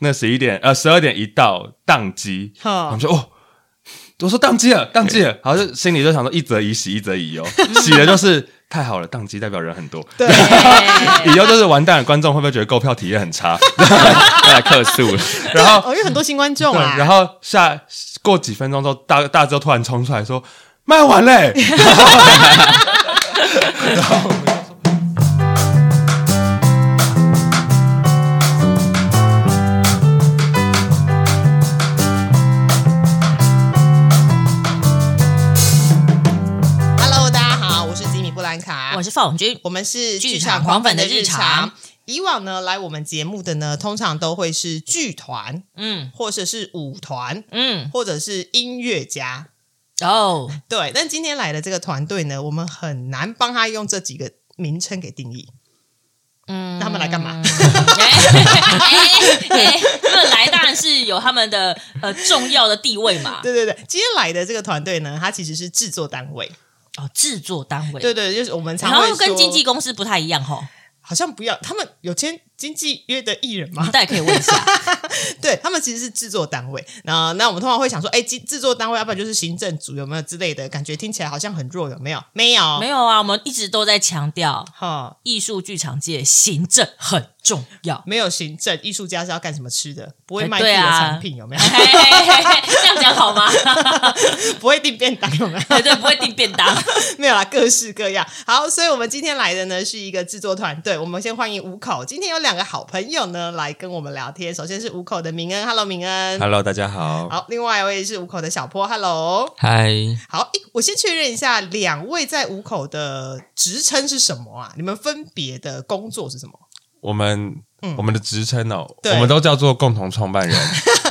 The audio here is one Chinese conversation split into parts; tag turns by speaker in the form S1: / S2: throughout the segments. S1: 那十一点呃十二点一到宕机，我
S2: 哈
S1: 们，说哦，我说宕机了，宕机了，然后就心里就想说一则以喜，一则以 忧，喜的就是太好了，宕机代表人很多，
S2: 对，
S1: 以忧就是完蛋了，观众会不会觉得购票体验很 差？
S3: 要来客诉了，
S1: 然后
S2: 哦，有很多新观众
S1: 对，
S2: 啊，
S1: 然后下过几分钟之后，大大周突然冲出来说卖完嘞、
S2: Hello，大家好，我是吉米布兰卡，
S4: 我是范永军，
S2: 我们是
S4: 剧
S2: 剧
S4: 场
S2: 狂
S4: 狂
S2: 粉
S4: 粉
S2: 的
S4: 的
S2: 日
S4: 日
S2: 常
S4: 常。
S2: 以往呢，来我们节目的呢，通常都会是剧团，
S4: 嗯
S2: 或者是舞团，
S4: 嗯，
S2: 或者是音乐家。
S4: 哦，
S2: 对，但今天来的这个团队呢，我们很难帮他用这几个名称给定义。
S4: 嗯，
S2: 那他们来干嘛？
S4: 哎哎哎他们来当然是有他们的呃重要的地位嘛。
S2: 对对对，今天来的这个团队呢，它其实是制作单位。
S4: 哦，制作单位，
S2: 对对，就是我们常
S4: 然
S2: 会
S4: 后跟
S2: 说
S4: 经纪公司不太一样吼，
S2: 好像不要，他们有签经纪约的艺人
S4: 我
S2: 吗
S4: 们？大家可以问一下。
S2: 对他们其实是制作单位，那那我们通常会想说，哎，制制作单位，要不然就是行政组有没有之类的，感觉听起来好像很弱，有没有？没有，
S4: 没
S2: 有。
S4: 有啊，我们一直都在强调，
S2: 哈、
S4: 艺术剧场界行政很重要。
S2: 没有行政，艺术家是要干什么吃的？不会卖
S4: 哎
S2: 自己
S4: 对
S2: 的
S4: 啊
S2: 产品、有没有
S4: 嘿？嘿嘿嘿这样讲好吗？
S2: 不会订便当有没有？
S4: 对对，不会订便当。
S2: 没有啦，各式各样。好，所以我们今天来的呢是一个制作团队，我们先欢迎五口。今天有两个好朋友呢来跟我们聊天，首先是五口的明恩，Hello 明恩。
S1: Hello，大家好，
S2: 好，另外一位是五口的小坡，Hello。
S3: 嗨，
S2: 好，诶我先确认一下，两位在五口的职称是什么啊？你们分别的工作是什么？
S1: 我们、
S2: 嗯
S1: 我们的职称哦，
S2: 对
S1: 我们都叫做共同创 办人，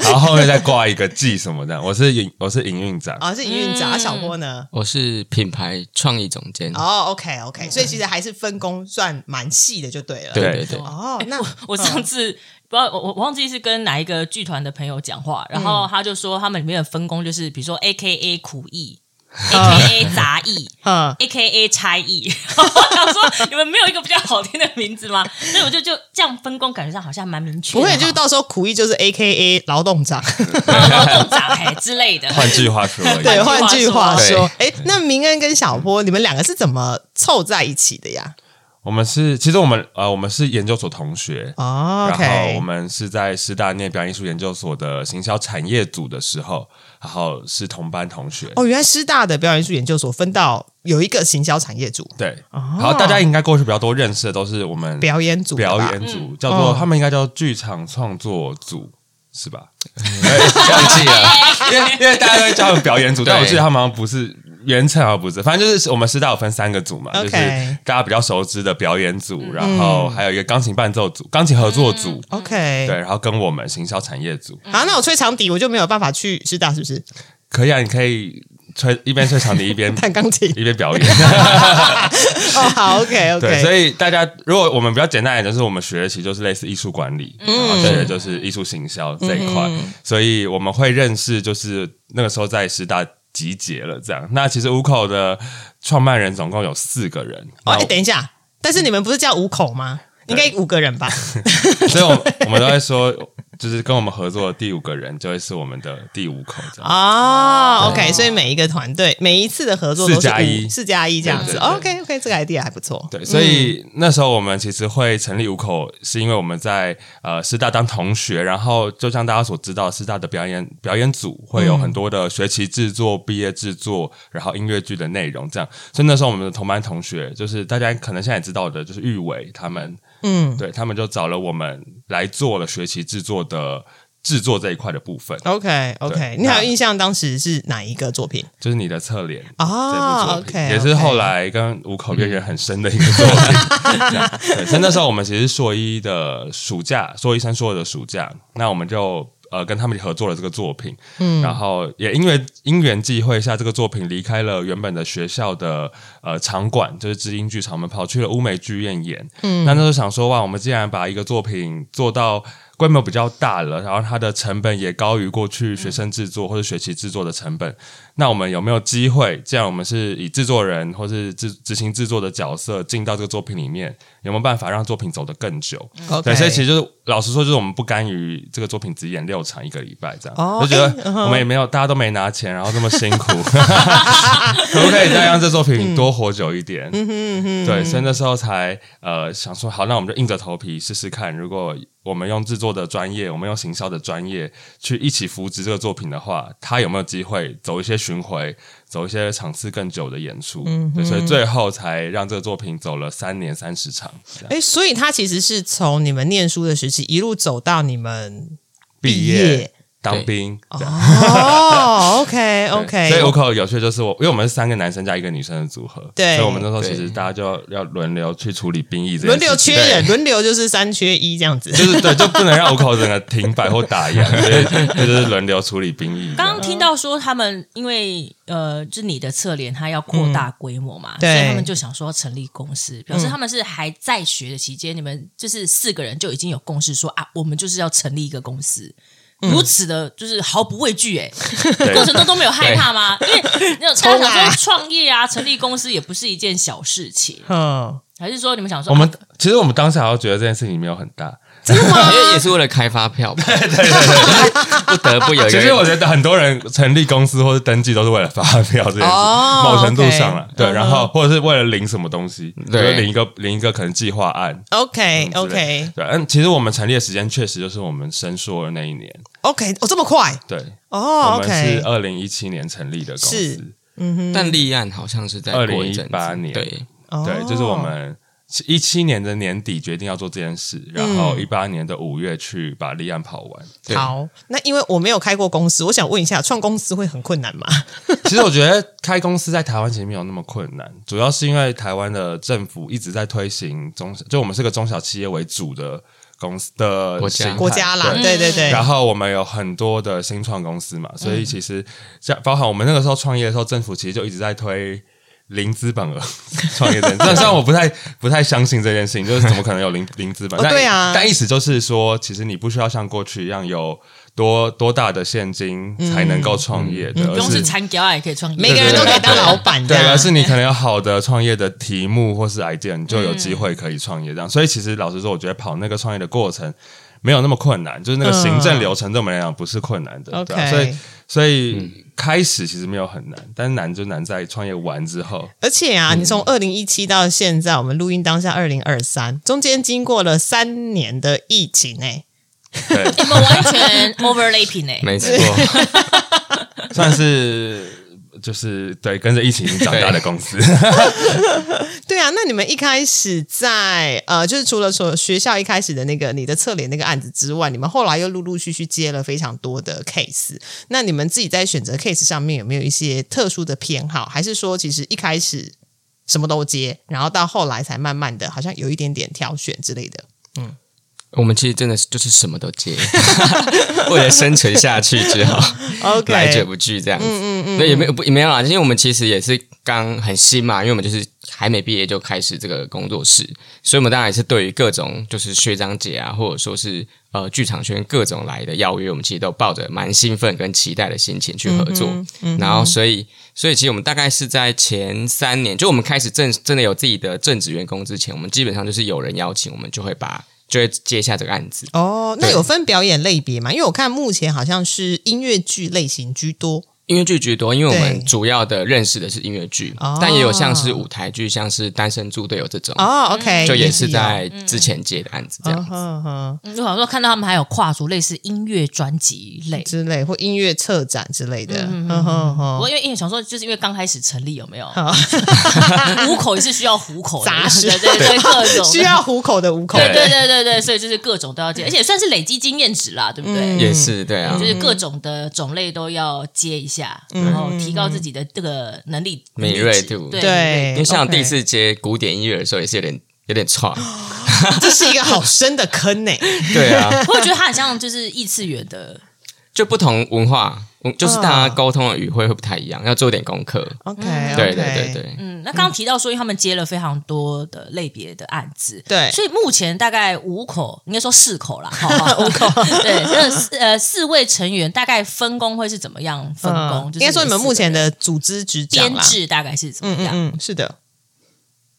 S1: 然后后面再挂一个 G 什么这样，我是营我是营运长，
S2: 啊，是营运长，
S4: 嗯
S2: 啊小坡呢？
S3: 我是品牌创意总监。
S2: 哦，OK OK，所以其实还是分工算蛮细的，就对了。
S3: 对
S1: 对
S3: 对对，
S2: 哦，那
S4: 我上次不知道我我忘记是跟哪一个剧团的朋友讲话，然
S2: 嗯
S4: 后他就说他们里面的分工就是，比如说 A K A 苦役，A K A 杂役。
S2: 嗯
S4: A K A 差役， 我想说你们没有一个比较好听的名字吗？所以我就就这样分工，感觉上好像蛮明确
S2: 不
S4: 的哈。
S2: 会，就是到时候苦役就是 A K A 劳动长。
S4: 劳动长哎之类的。
S1: 换句话说而已，
S2: 对，
S4: 换
S2: 换句
S4: 句
S2: 话
S4: 话
S2: 说
S3: 说，
S2: 哎，那明恩跟小波，你们两个是怎么凑在一起的呀？
S1: 我们是其实我们呃我们是研究所同学。
S2: 哦
S1: 然后我
S2: ，OK，
S1: 们是在师大念表演艺术研究所的行销产业组的时候，然后是同班同学。
S2: 哦，原来师大的表演艺术研究所分到有一个行销产业组、
S1: 对，
S2: 哦
S1: 然后大家应该过去比较多认识的都是我们
S2: 表演组的吧，
S1: 表演组，叫做
S2: 哦
S1: 他们应该叫剧场创作组，是吧？
S3: 忘记了，
S1: 因为因为大家都会叫他们表演组，
S3: 对
S1: 但我记得他们好像不是原称，好像不是，反正就是我们师大有分三个组嘛，就
S2: OK 嗯
S1: 是大家比较熟知的表演组，然后还有一个钢琴伴奏组、钢琴合作组，
S2: OK，
S1: 对，然后跟我们行销产业组，
S2: 好，那我吹长笛，我就没有办法去师大，是 不是？
S1: 可以啊，你可以吹一边吹长笛一边。
S2: 弹钢琴
S1: 一边表 演。
S2: 哦，好，OK，OK。
S1: 对，所以大家如果我们比较简单一点，就是我们学的其实就是类似艺术管理，
S2: 嗯
S1: 然后学的就是艺术行销这一块，所以我们会认识，就是那个时候在师大集结了这样。那其实五口的创办人总共有四个人，
S2: 哦，
S1: 那
S2: 哎，等一下，但是你们不是叫五口吗？应该五个人吧？
S1: 所以我们我们都会说，就是跟我们合作的第五个人就会是我们的第五口这样。
S2: 哦，OK，所以每一个团队每一次的合作都是
S1: 四加一
S2: 五四加一这样子。
S1: 对对对
S2: OK，OK，这个 idea 还不错。
S1: 对，所以那时候我们其实会成立五口，是因为我们在呃师大当同学，然后就像大家所知道，师大的表演表演组会有很多的学期制作、毕业制作，然后音乐剧的内容这样。所以那时候我们的同班同学，就是大家可能现在也知道的，就是玉伟他们，
S2: 嗯
S1: 对他们就找了我们来做了学期制作的制作这一块的部分，
S2: ，OK，OK，
S1: 对
S2: 你还有
S1: 那
S2: 印象当时是哪一个作品？
S1: 就是你的侧脸。这部
S2: 哦
S1: 作品
S2: ，OK，
S1: 也是后来跟五口渊源很深的一个作品。这样对，所以那时候我们其实硕一的暑假，硕一升硕二的暑假，那我们就呃跟他们合作了这个作品，嗯，然后也因为因缘际会下，这个作品离开了原本的学校的呃场馆，就是知音剧场，我们跑去了乌梅剧院演，嗯，那那时候想说哇，我们既然把一个作品做到。规模比较大了，然后它的成本也高于过去学生制作或者学期制作的成本。那我们有没有机会？既然我们是以制作人或是执执行制作的角色进到这个作品里面，有没有办法让作品走得更久？对，所以其实就是老实说，就是我们不甘于这个作品只演六场一个礼拜这样，
S2: 哦
S1: 就觉
S2: 哎
S1: 得我们也没有、大家都没拿钱，然后这么辛苦， 可不可以再让这作
S2: 嗯
S1: 品多活久一点？对，所以那时候才呃想说，好，那我们就硬着头皮试试看。如果我们用制作的专业，我们用行销的专业去一起扶植这个作品的话，它有没有机会走一些巡回，走一些场次更久的演出？
S2: 嗯
S1: 对，所以最后才让这个作品走了三年三十场，这样
S2: 哎，所以他其实是从你们念书的时期一路走到 你们
S1: 毕
S2: 业
S1: 业。当
S3: 对
S1: 兵，这样
S2: 哦，OK
S1: 对
S2: OK，
S1: 所以五口有趣的就是我，因为我们是三个男生加一个女生的组合，
S2: 对
S1: 所以我们那时候其实
S3: 对
S1: 大家就要要轮流去处理兵役这件
S2: 轮流
S1: 事情
S2: 缺人，轮流就是三缺一这样 子。
S1: 对就是对，就不能让五口整个停摆或打烊，所以就是轮流处理兵役。
S4: 刚刚听到说他们因为呃，就是你的侧联，他要扩大规模嘛，所
S2: 嗯对嗯
S4: 以他们就想说要成立公司，表示他们是还在学的期间，你们就是四个人就已经有共识说啊，我们就是要成立一个公司。
S2: 嗯
S4: 如此的，就是毫不畏惧 哎、
S1: 对
S4: 过程中都没有害怕吗？因为那种大
S2: 冲
S4: 家
S2: 啊
S4: 想说创业啊，成立公司也不是一件小事情，
S2: 嗯，
S4: 还是说你们想说
S1: 我们
S4: 啊
S1: 其实我们当时好像觉得这件事情没有很大，
S3: 因为也是为了开发票嘛， 不得不呃有一
S1: 其实我
S3: 个
S1: 觉得很多人成立公司或是登记都是为了发票这件事，
S2: 哦
S1: 某程度上了，对，然后或者是为了领什么东西，就
S3: 对
S1: 是领一个领一个可能计划案之
S2: OK
S1: 类的
S2: 哎 OK
S1: 对，嗯，其实我们成立的时间确实就是我们升硕的那一年，
S2: OK，哦，这么快
S1: 对，
S2: 哦
S1: 我们是
S2: ，OK，
S1: 二零一七年成立的公司
S2: 是，嗯
S3: 但立案好像是在过一阵子
S1: 2018年
S3: 对，
S2: 哼，
S1: 呃对，
S2: 哦
S1: 就是我们一七年的年底决定要做这件事，然
S2: 嗯
S1: 后一八年的五月去把立案跑完。
S3: 对
S2: 好。那因为我没有开过公司，我想问一下，创公司会很困难吗？
S1: 其实我觉得开公司在台湾其实没有那么困难，主要是因为台湾的政府一直在推行中，就我们是个中小企业为主的公司的
S3: 国家
S1: 形态
S2: 国家啦，
S1: 对
S2: 对对嗯对，
S1: 然后我们有很多的新创公司嘛，所以其实像包含我们那个时候创业的时候，政府其实就一直在推零资本额 创业这件事。但虽然我不太不太相信这件事情，就是怎么可能有零零资本？
S2: 哦
S1: 但
S2: 对啊
S1: 但意思就是说，其实你不需要像过去一样有多多大的现金
S2: 嗯
S1: 才能够创业的，
S4: 不
S1: 而
S4: 用是
S1: 是。
S4: 参加也可以创业，
S2: 每个人都可以当老板这
S1: 对，
S2: 样
S1: 而。是你可能有好的创业的题目或是 idea，你就有机会可以创业这样。所以其实老实说，我觉得跑那个创业的过程没有那么困难，就是那个行政流程对我们来讲不是困难的。对啊
S2: 嗯 OK
S1: 所以所以开始其实没有很难，但是难就难在创业完之 后。
S2: 而且啊，你从二零一七到现在，我们录音当下二零二三，中间经过了三年的疫情欸诶、
S1: 对，
S4: 你们完全 overlapping 哎、
S3: 没错，
S1: 算是。就是对跟着一起长大的公 司，
S2: 对啊，那你们一开始在呃，就是除了说学校一开始的那个你的侧脸那个案子之外，你们后来又陆陆续续接了非常多的 case。那你们自己在选择 case 上面有没有一些特殊的偏好，还是说其实一开始什么都接，然后到后来才慢慢的好像有一点点挑选之类的？
S3: 我们其实真的是就是什么都接， 为了生存下去只好
S2: OK
S3: 来者不拒这样子。嗯嗯那也没有不也没有啦，因为我们其实也是刚很新嘛，因为我们就是还没毕业就开始这个工作室，所以我们当然也是对于各种就是学长姐啊，或者说是呃剧场圈各种来的邀约，我们其实都抱着蛮兴奋跟期待的心情去合作。然后所以所以其实我们大概是在前三年，就我们开始正真的有自己的正职员工之前，我们基本上就是有人邀请，我们就会把就会接下这个案子。
S2: 哦，那
S3: 对
S2: 有分表演类别吗？因为我看目前好像是音乐剧类型居多。
S3: 音乐剧居多，因为我
S2: 对
S3: 们主要的认识的是音乐剧
S2: 哦，
S3: 但也有像是舞台剧，像是《单身猪队友》这种，
S2: 哦，OK，
S3: 就也是在之前接的案子这样。
S2: 嗯哼
S4: 嗯我好像看到他们还有跨足类似音乐专辑类。
S2: 之类或音乐策展之类的，嗯哼哼，
S4: 我因为因为想说，就是因为刚开始成立有没有
S2: 好
S4: 糊口也是需要糊口的，
S2: 杂事
S4: 对对对，各种的
S2: 需要糊口的糊口
S4: 对
S2: 的，
S4: 对对对对，所以就是各种都要接，而且算是累积经验值啦，对不
S2: 嗯
S4: 对？
S3: 也是对啊
S4: 就，是各种的种类都要接一下，
S2: 嗯
S4: 然后提高自己的这个能力
S3: 敏锐度
S4: 对
S2: 对，
S3: 因为像我第一
S2: OK，
S3: 次接古典音乐的时候，也是有点有点 差。
S2: 这是一个好深的坑呢。欸
S4: 嗯
S3: 对啊，
S4: 我也觉得它很像就是异次元的，
S3: 就不同文化，我就是大家沟通的语汇会不太一样，要做点功课。
S2: 嗯 OK，
S3: 对对对对，
S4: 嗯，那刚刚提到说，因为他们接了非常多的类别的案子，
S2: 对
S4: 所以目前大概五口，应该说四口啦， 五口，对，那四呃四位成员大概分工会是怎么样分工？就是
S2: 嗯应该说你们
S4: 四个
S2: 目前
S4: 人
S2: 的组织局长
S4: 编
S2: 啦，
S4: 制大概是
S2: 嗯
S4: 怎么
S2: 嗯
S4: 样？
S2: 嗯，是的，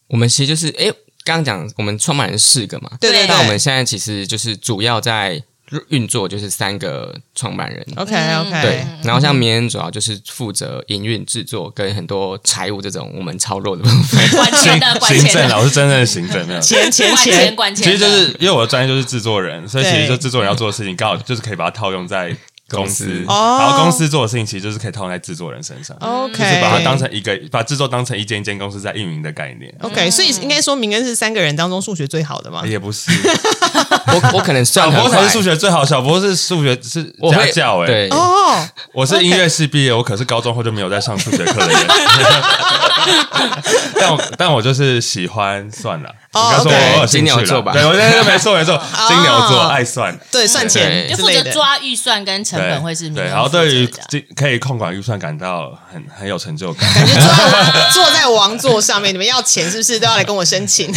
S3: 我们其实就是诶，刚刚讲我们创办人四个嘛，
S2: 对对
S4: 对
S3: 那
S2: 对，
S3: 我们现在其实就是主要在运作就是三个创办
S4: 嗯
S3: 人。
S2: OK
S1: 哎
S2: OK，
S3: 对，然后像明恩主要就是负责营运、制作跟很多财务这种我们超弱的部分。
S4: 管钱
S1: 行
S4: 的，管
S1: 行
S4: 钱
S1: 政
S4: 的，
S1: 老师真正的行政没有。
S2: 钱钱
S4: 管
S2: 钱，
S4: 管钱
S1: 其
S4: 的，
S1: 实就是因为我的专业就是制作人，所以
S2: 对
S1: 其实就制作人要做的事情，刚好就是可以把它套用在公
S3: 公
S1: 司
S3: 司，
S2: 哦
S1: 然后公司做的事情其实就是可以套用在制作人身上，
S2: OK，
S1: 就是把它当成一个把制作当成一间一间公司在运营的概念，
S4: 嗯
S2: OK，所以应该说明恩是三个人当中数学最好的嘛？
S1: 也不是。
S3: 我我可能算
S1: 小
S3: 很
S1: 博才
S3: 快
S1: 是，数学最好，小博是数学是
S3: 我
S1: 家
S3: 会
S1: 教哎、
S3: 对，
S2: 哦，
S1: 我是音乐系毕业，我可是高中后就没有再上数学课了 耶。但我但我就是喜欢算了，
S2: 哦
S1: 应该说
S2: OK 哦
S1: 我有兴趣啦
S3: 金牛座吧
S1: 对，我对对没错没错，金牛座爱算。
S2: 对，算钱
S4: 嗯就
S2: 之
S4: 负
S2: 类
S4: 责
S2: 的。
S4: 抓预算跟成
S1: 对
S4: 本会是民
S1: 对，
S4: 众
S1: 然后对于
S4: 负责的
S1: 这可以控管预算感到很很有成就感。
S2: 感觉
S4: 啊
S2: 坐坐在王座上面，你们要钱是不是都要来跟我申请？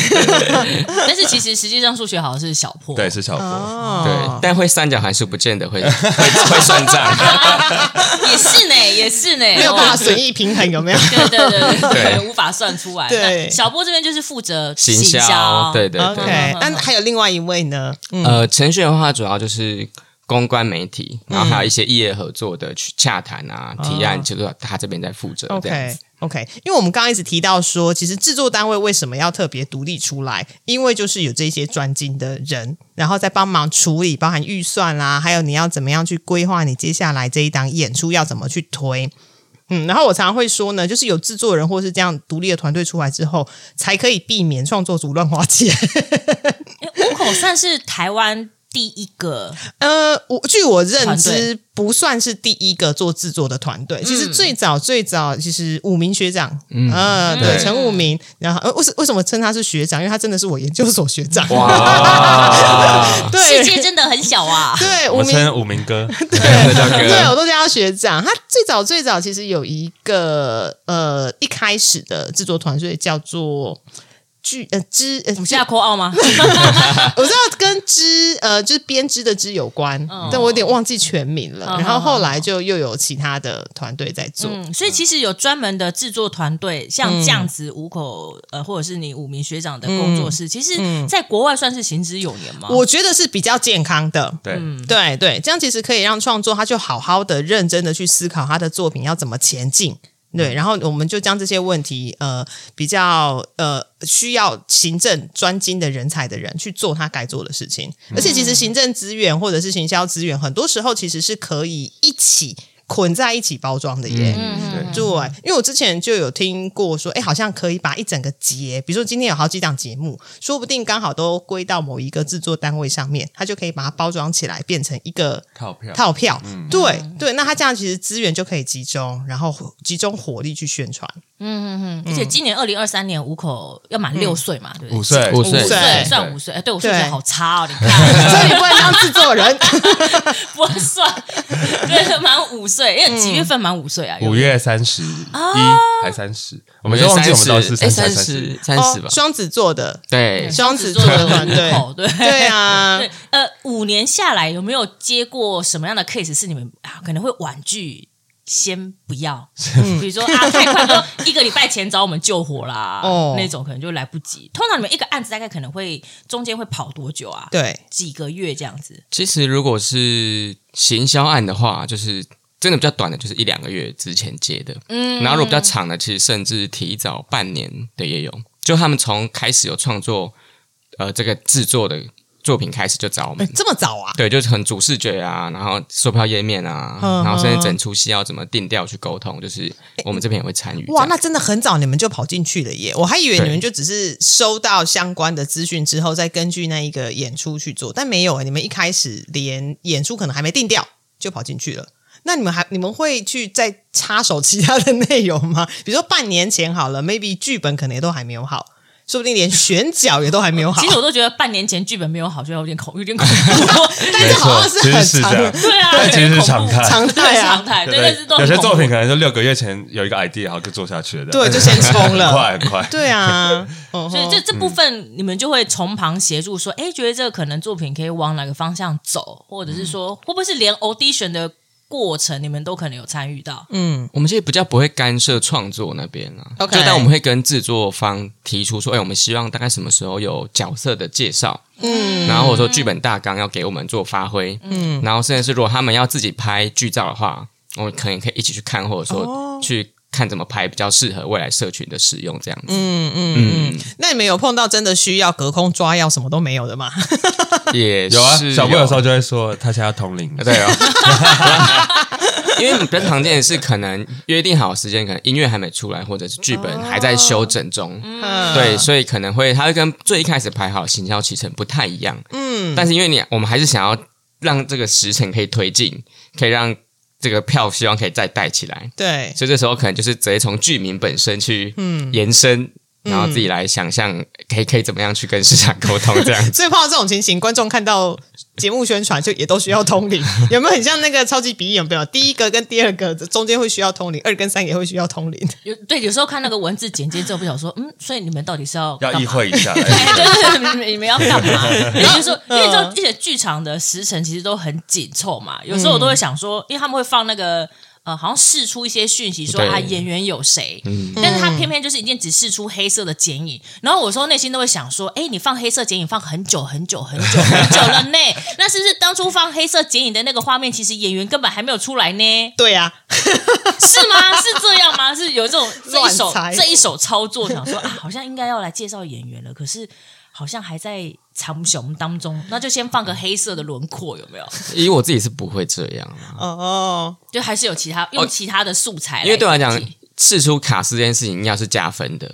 S4: 但是其实实际上数学好像是小破，
S1: 对，是小博，
S3: 对
S2: 哦，，
S3: 但会三角函数不见得会会会算 账。
S4: 也是呢，也是呢，
S2: 没有办法
S4: 哦
S2: 损益平衡，有没有？
S4: 对对对对
S3: 对
S4: 对，无法算出来。
S2: 对
S4: 那小波这边就是负责
S3: 行
S4: 销
S3: 销，，对对对。
S2: OK，但还有另外一位呢，嗯，
S3: 呃，程序员的话主要就是公关媒体，然后还有
S1: 嗯
S3: 一些业业合作的去洽谈啊、提
S1: 哦
S3: 案，就是他这边在负责这样
S2: OK
S3: 子。
S2: OK，因为我们刚刚一直提到说，其实制作单位为什么要特别独立出来？因为就是有这些专精的人，然后再帮忙处理，包含预算啦、还有你要怎么样去规划你接下来这一档演出要怎么去推。嗯，然后我常常会说呢，就是有制作人或是这样独立的团队出来之后，才可以避免创作组乱花钱。
S4: 五口算是台湾第一个，
S2: 呃，我据我认
S4: 团
S2: 知
S4: 队，
S2: 不算是第一个做制作的团队。其实最早最早，其实武明学长，嗯，对，
S3: 对
S2: 陈武明。然后呃为什为什么称他是学长？因为他真的是我研究所学长。
S1: 哇！
S4: 世
S2: 对
S4: 界真的很小啊。
S2: 对，武
S1: 我
S2: 明
S1: 称武明哥，
S3: 对，大
S2: 对，
S3: 哥，
S2: 我都叫他学长。他最早最早其实有一个呃一开始的制作团队叫做剧呃织呃
S4: 我们现在扣奥吗？
S2: 嗯我知道跟织呃就是编织的织有关，
S4: 嗯
S2: 但我有点忘记全名了。
S4: 嗯
S2: 然后后来就又有其他的团队在做。
S4: 嗯，所以其实有专门的制作团队，
S2: 嗯
S4: 像这样子五口呃，或者是你五名学长的工作室，其实在国外算是行之有年嘛。
S2: 嗯我觉得是比较健康的。
S1: 对，
S4: 嗯
S2: 对对，这样其实可以让创作他就好好的、认真的去思考他的作品要怎么前进。对，然后我们就将这些问题，呃，比较呃需要行政专精的人才的人去做他该做的事情，而且其实行政资源或者是行销资源，很多时候其实是可以一起捆在一起包装的耶。
S1: 对
S2: 对，因为我之前就有听过说，哎，好像可以把一整个节，比如说今天有好几档节目，说不定刚好都归到某一个制作单位上面，它就可以把它包装起来，变成一个
S1: 套票，
S2: 套票。对对，那它这样其实资源就可以集中，然后集中火力去宣传。
S4: 嗯嗯嗯，而且今年二零二三年五口要满六岁嘛，对不对？
S1: 五岁，
S3: 五
S4: 五
S3: 岁
S4: 岁
S2: 对
S4: 算五岁，哎，对我数学
S2: 嗯对
S4: 好差哦，你看。
S2: 所以你不能当制作人。
S4: 不算，对，满五岁，因为几月份满五岁啊？有
S1: 五月三十一还三十，我们就忘记我们到底是
S3: 哎
S1: 三
S3: 三
S1: 十。
S3: 十三十
S2: 哦
S3: 吧？
S2: 双子座的，
S4: 嗯
S3: 对，
S2: 双子座的团队
S4: 五口，对
S2: 对啊
S4: 对，， 呃，五年下来有没有接过什么样的 case 是你们啊可能会婉拒？先不要， 比如说啊，太快了，一个礼拜前找我们救火啦，
S2: 哦
S4: 那种可能就来不及。通常你们一个案子大概可能会中间会跑多久啊？，
S2: 对，
S4: 几个月这样子。
S3: 其实如果是行销案的话，就是真的比较短的，就是一两个月之前接的。嗯，然后如果比较长的，其实甚至提早半年的也有。就他们从开始有创作，呃，这个制作的作品开始就找我们
S2: 诶。这么早啊？
S3: 对，就是很主视觉啊，然后售票页面啊，
S2: 嗯
S3: 然后甚至整出戏要怎么定调去沟通，就是我们这边也会参与这样。
S2: 哎哇，那真的很早，你们就跑进去了耶！我还以为
S3: 对
S2: 你们就只是收到相关的资讯之后，再根据那一个演出去做，但没有哎，你们一开始连演出可能还没定掉就跑进去了。那你们还你们会去再插手其他的内容吗？比如说半年前好了，maybe 剧本可能也都还没有好，说不定连选角也都还没有好
S4: 其。实我都觉得半年前剧本没有好，就有点恐，有点恐 怖。
S2: 但是好像是
S5: 其
S2: 很
S5: 实是
S2: 常
S5: 这样，
S4: 对啊，
S5: 但其实是常态。
S2: 常
S4: 对
S2: 态啊
S4: 常，态，对，但是都
S1: 有
S4: 很
S1: 些
S4: 恐怖
S1: 作品可能就六个月前有一个 idea，然后就做下去了。
S2: 对，就先冲
S1: 很
S2: 了，
S1: 快很快。
S2: 对 啊，
S4: 所以这这部分你们就会从旁协助说，哎，觉得这个可能作品可以往哪个方向走，或者是说会不会是连 audition 的过程你们都可能有参与到？
S3: 我们其实比较不会干涉创作那边啊
S2: OK
S3: 就但我们会跟制作方提出说，哎、我们希望大概什么时候有角色的介绍，嗯，然后或者说剧本大纲要给我们做发挥，嗯，然后甚至是如果他们要自己拍剧照的话，我们可能可以一起去看，或者说去看怎么拍比较适合未来社群的使用这样子，嗯嗯嗯，
S2: 那你们有碰到真的需要隔空抓药什么都没有的吗？
S3: 也
S1: 有啊，
S3: 是
S1: 小布有时候就会说他现在要同龄，
S3: 对哦，因为比较常见的是，可能约定好时间，可能音乐还没出来，或者是剧本还在修整中，嗯对，所以可能会它会跟最一开始排好的行销期程不太一样，嗯，但是因为你我们还是想要让这个时程可以推进，可以让这个票希望可以再带起来，
S2: 对，
S3: 所以这时候可能就是直接从剧名本身去延伸，然后自己来想象可以可以怎么样去跟市场沟通这样子。
S2: 所以碰到这种情形，观众看到节目宣传就也都需要通灵，有没有很像那个超级比翼？有没有第一个跟第二个中间会需要通灵，二跟三也会需要通灵？
S4: 有对，有时候看那个文字简介之后，不想说，嗯，所以你们到底是要
S1: 要
S4: 干
S1: 意
S4: 嘛
S1: 会一下。
S4: 对对对，你们你们要干嘛？因为就是说，因为你知道，一些剧场的时辰其实都很紧凑嘛。有时候我都会想说，因为他们会放那个呃，好像试出一些讯息说
S3: 对
S4: 啊，演员有谁，但是他偏偏就是一定只试出黑色的剪影。然后我说内心都会想说，哎，你放黑色剪影放很久很久很久很久了呢，那是不是当初放黑色剪影的那个画面，其实演员根本还没有出来呢？
S2: 对啊呀、
S4: 是吗？是这 样吗？是有这种这一手
S2: 乱猜
S4: 这一手操作，想说啊，好像应该要来介绍演员了，可是好像还在长雄当中，那就先放个黑色的轮廓，有没有？
S3: 以我自己是不会这样啊，
S2: 啊，哦，
S4: 就还是有其他用其他的素材来
S3: 因为对我来讲
S4: 代替，
S3: 试出卡斯这件事情要是加分的，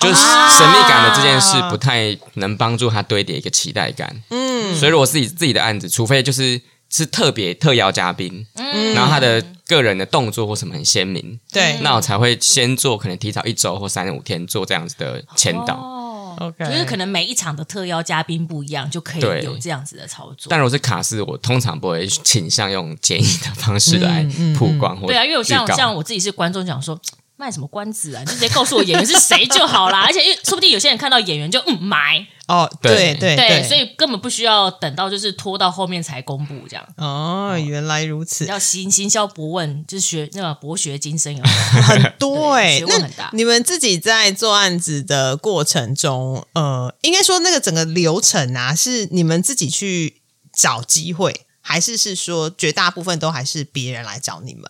S3: 就是神秘感的这件事不太能帮助他堆叠一个期待感。嗯，所以如果自己自己的案子，除非就是是特别特邀嘉宾，然后他的个人的动作或什么很鲜明，
S2: 对
S3: 那我才会先做，可能提早一周或三五天做这样子的前导。
S4: 哦，
S2: ，OK，
S4: 就是可能每一场的特邀嘉宾不一样，就可
S3: 对
S4: 以有这样子的操作
S3: 但。如果是卡斯，我通常不会倾向用建议的方式来曝光或
S4: 对啊，因为我像
S3: 预告
S4: 像我自己是观众，想说。卖什么关子啊？你就直接告诉我演员是谁就好啦。而且，因为说不定有些人看到演员就嗯埋，
S2: 哦，对对
S3: 对
S4: 对，
S2: 对，
S4: 所以根本不需要等到就是拖到后面才公布这样。
S2: 哦，原来如此，
S4: 要行行销博问，就是学那个博学精深有没有
S2: 对
S4: 学，问很
S2: 那
S4: 大
S2: 你们自己在做案子的过程中，呃，应该说那个整个流程啊，是你们自己去找机会，还是是说绝大部分都还是别人来找你们？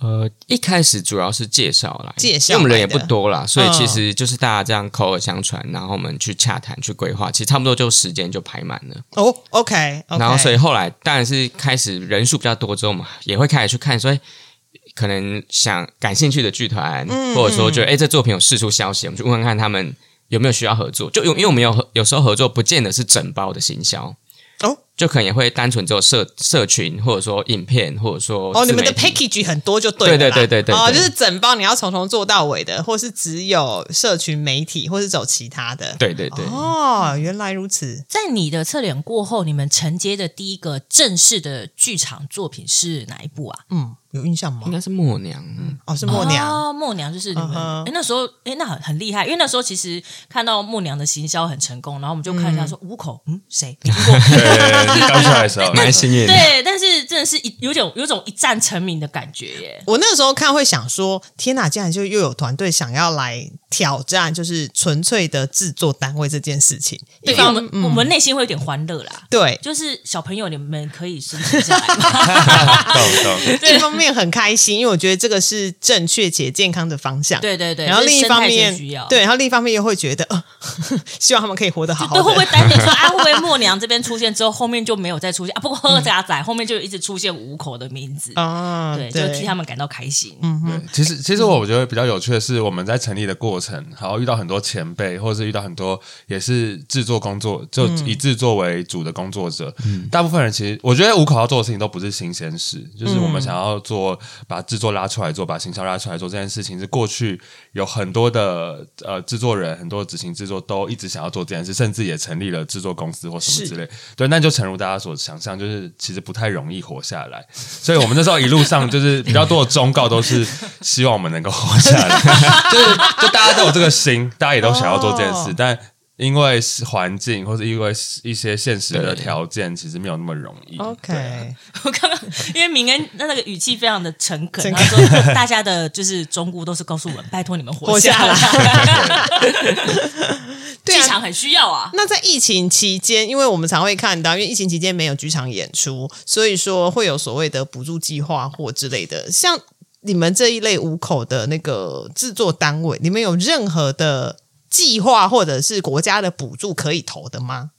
S3: 呃，一开始主要是介绍啦，
S2: 介绍
S3: 因为我们人也
S2: 来的
S3: 不多啦，所以
S2: 嗯
S3: 其实就是大家这样口耳相传，然后我们去洽谈、去规划，其实差不多就时间就排满了。
S2: 哦，OK，, o k
S3: 然后所以后来当然是开始人数比较多之后，我们也会开始去看说。哎可能想感兴趣的剧团，
S2: 嗯
S3: 或者说觉得哎、诶这作品有释出消息，我们去问问看他们有没有需要合作。就因为因为我们有合有时候合作，不见得是整包的行销
S2: 哦，
S3: 就可能也会单纯只有社社群，或者说影片，或者说
S2: 哦，你们的
S3: 自媒体
S2: package 很多就对了啦，
S3: 对对对对对
S2: 哦，
S3: 对
S2: 就是整包你要从头做到尾的，或是只有社群媒体，或是走其他的。
S3: 对对对，
S2: 哦，原来如此。
S4: 在你的侧脸过后，你们承接的第一个正式的剧场作品是哪一部啊？
S2: 嗯，有印象
S3: 应
S2: 吗？
S3: 该是默娘，
S2: 哦，是默娘。
S4: 哦，默娘就是你们、
S2: 嗯哼
S4: 诶那时候，哎，那很很厉害，因为那时候其实看到默娘的行销很成功，然后我们就看一下说五口，嗯，谁？没听过
S1: 对对对，刚出来的时候，
S3: 蛮幸运的。
S4: 对，但是真的是一有种有种一战成名的感觉耶。
S2: 我那时候看会想说，天哪，竟然就又有团队想要来挑战，就是纯粹的制作单位这件事情。一
S4: 对，因为我们、我们内心会有点欢乐啦。
S2: 对，
S4: 就是小朋友，你们可以申请下 来吗？
S1: 懂懂。
S2: 一方面很开心，因为我觉得这个是正确且健康的方向。
S4: 对对对，
S2: 然后
S4: 这是
S2: 另一
S4: 生
S2: 方
S4: 态圈
S2: 面
S4: 需要，
S2: 对，然后另一方面又会觉得，呃、 希望他们可以活得好好
S4: 对，
S2: 的。
S4: 会不会担心说啊，会不会默娘这边出现之后，后面就没有再出现啊？不过喝家仔后面就一直出出现五口的名字，
S2: 啊，
S4: 嗯对，嗯就替他们感到开心。
S1: 对，其实其实我觉得比较有趣的是，我们在成立的过程，然后遇到很多前辈，或者是遇到很多也是制作工作，就以制作为主的工作者。大部分人其实，我觉得五口要做的事情都不是新鲜事，就是我们想要做把制作拉出来做，把行销拉出来做这件事情，是过去有很多的呃制作人，很多执行制作都一直想要做这件事，甚至也成立了制作公司或什么之类。对，那就诚如大家所想象，就是其实不太容易活下来。所以我们那时候一路上就是比较多的忠告都是希望我们能够活下 来，就是就大家都有这个心，大家也都想要做这件事，
S2: 哦
S1: 但因为环境或者因为一些现实的
S3: 对
S1: 条件，其实没有那么容易。对啊
S2: OK，
S4: 我刚刚因为明恩那那个语气非常的诚恳，
S2: 诚
S4: 他说大家的就是忠告都是告诉我们，拜托你们活
S2: 活下
S4: 来，
S2: 对
S4: 剧
S2: 啊
S4: 场很需要啊。
S2: 那在疫情期间，因为我们常会看到，因为疫情期间没有剧场演出，所以说会有所谓的补助计划或之类的。像你们这一类五口的那个制作单位，你们有任何的计划或者是国家的补助可以投的吗？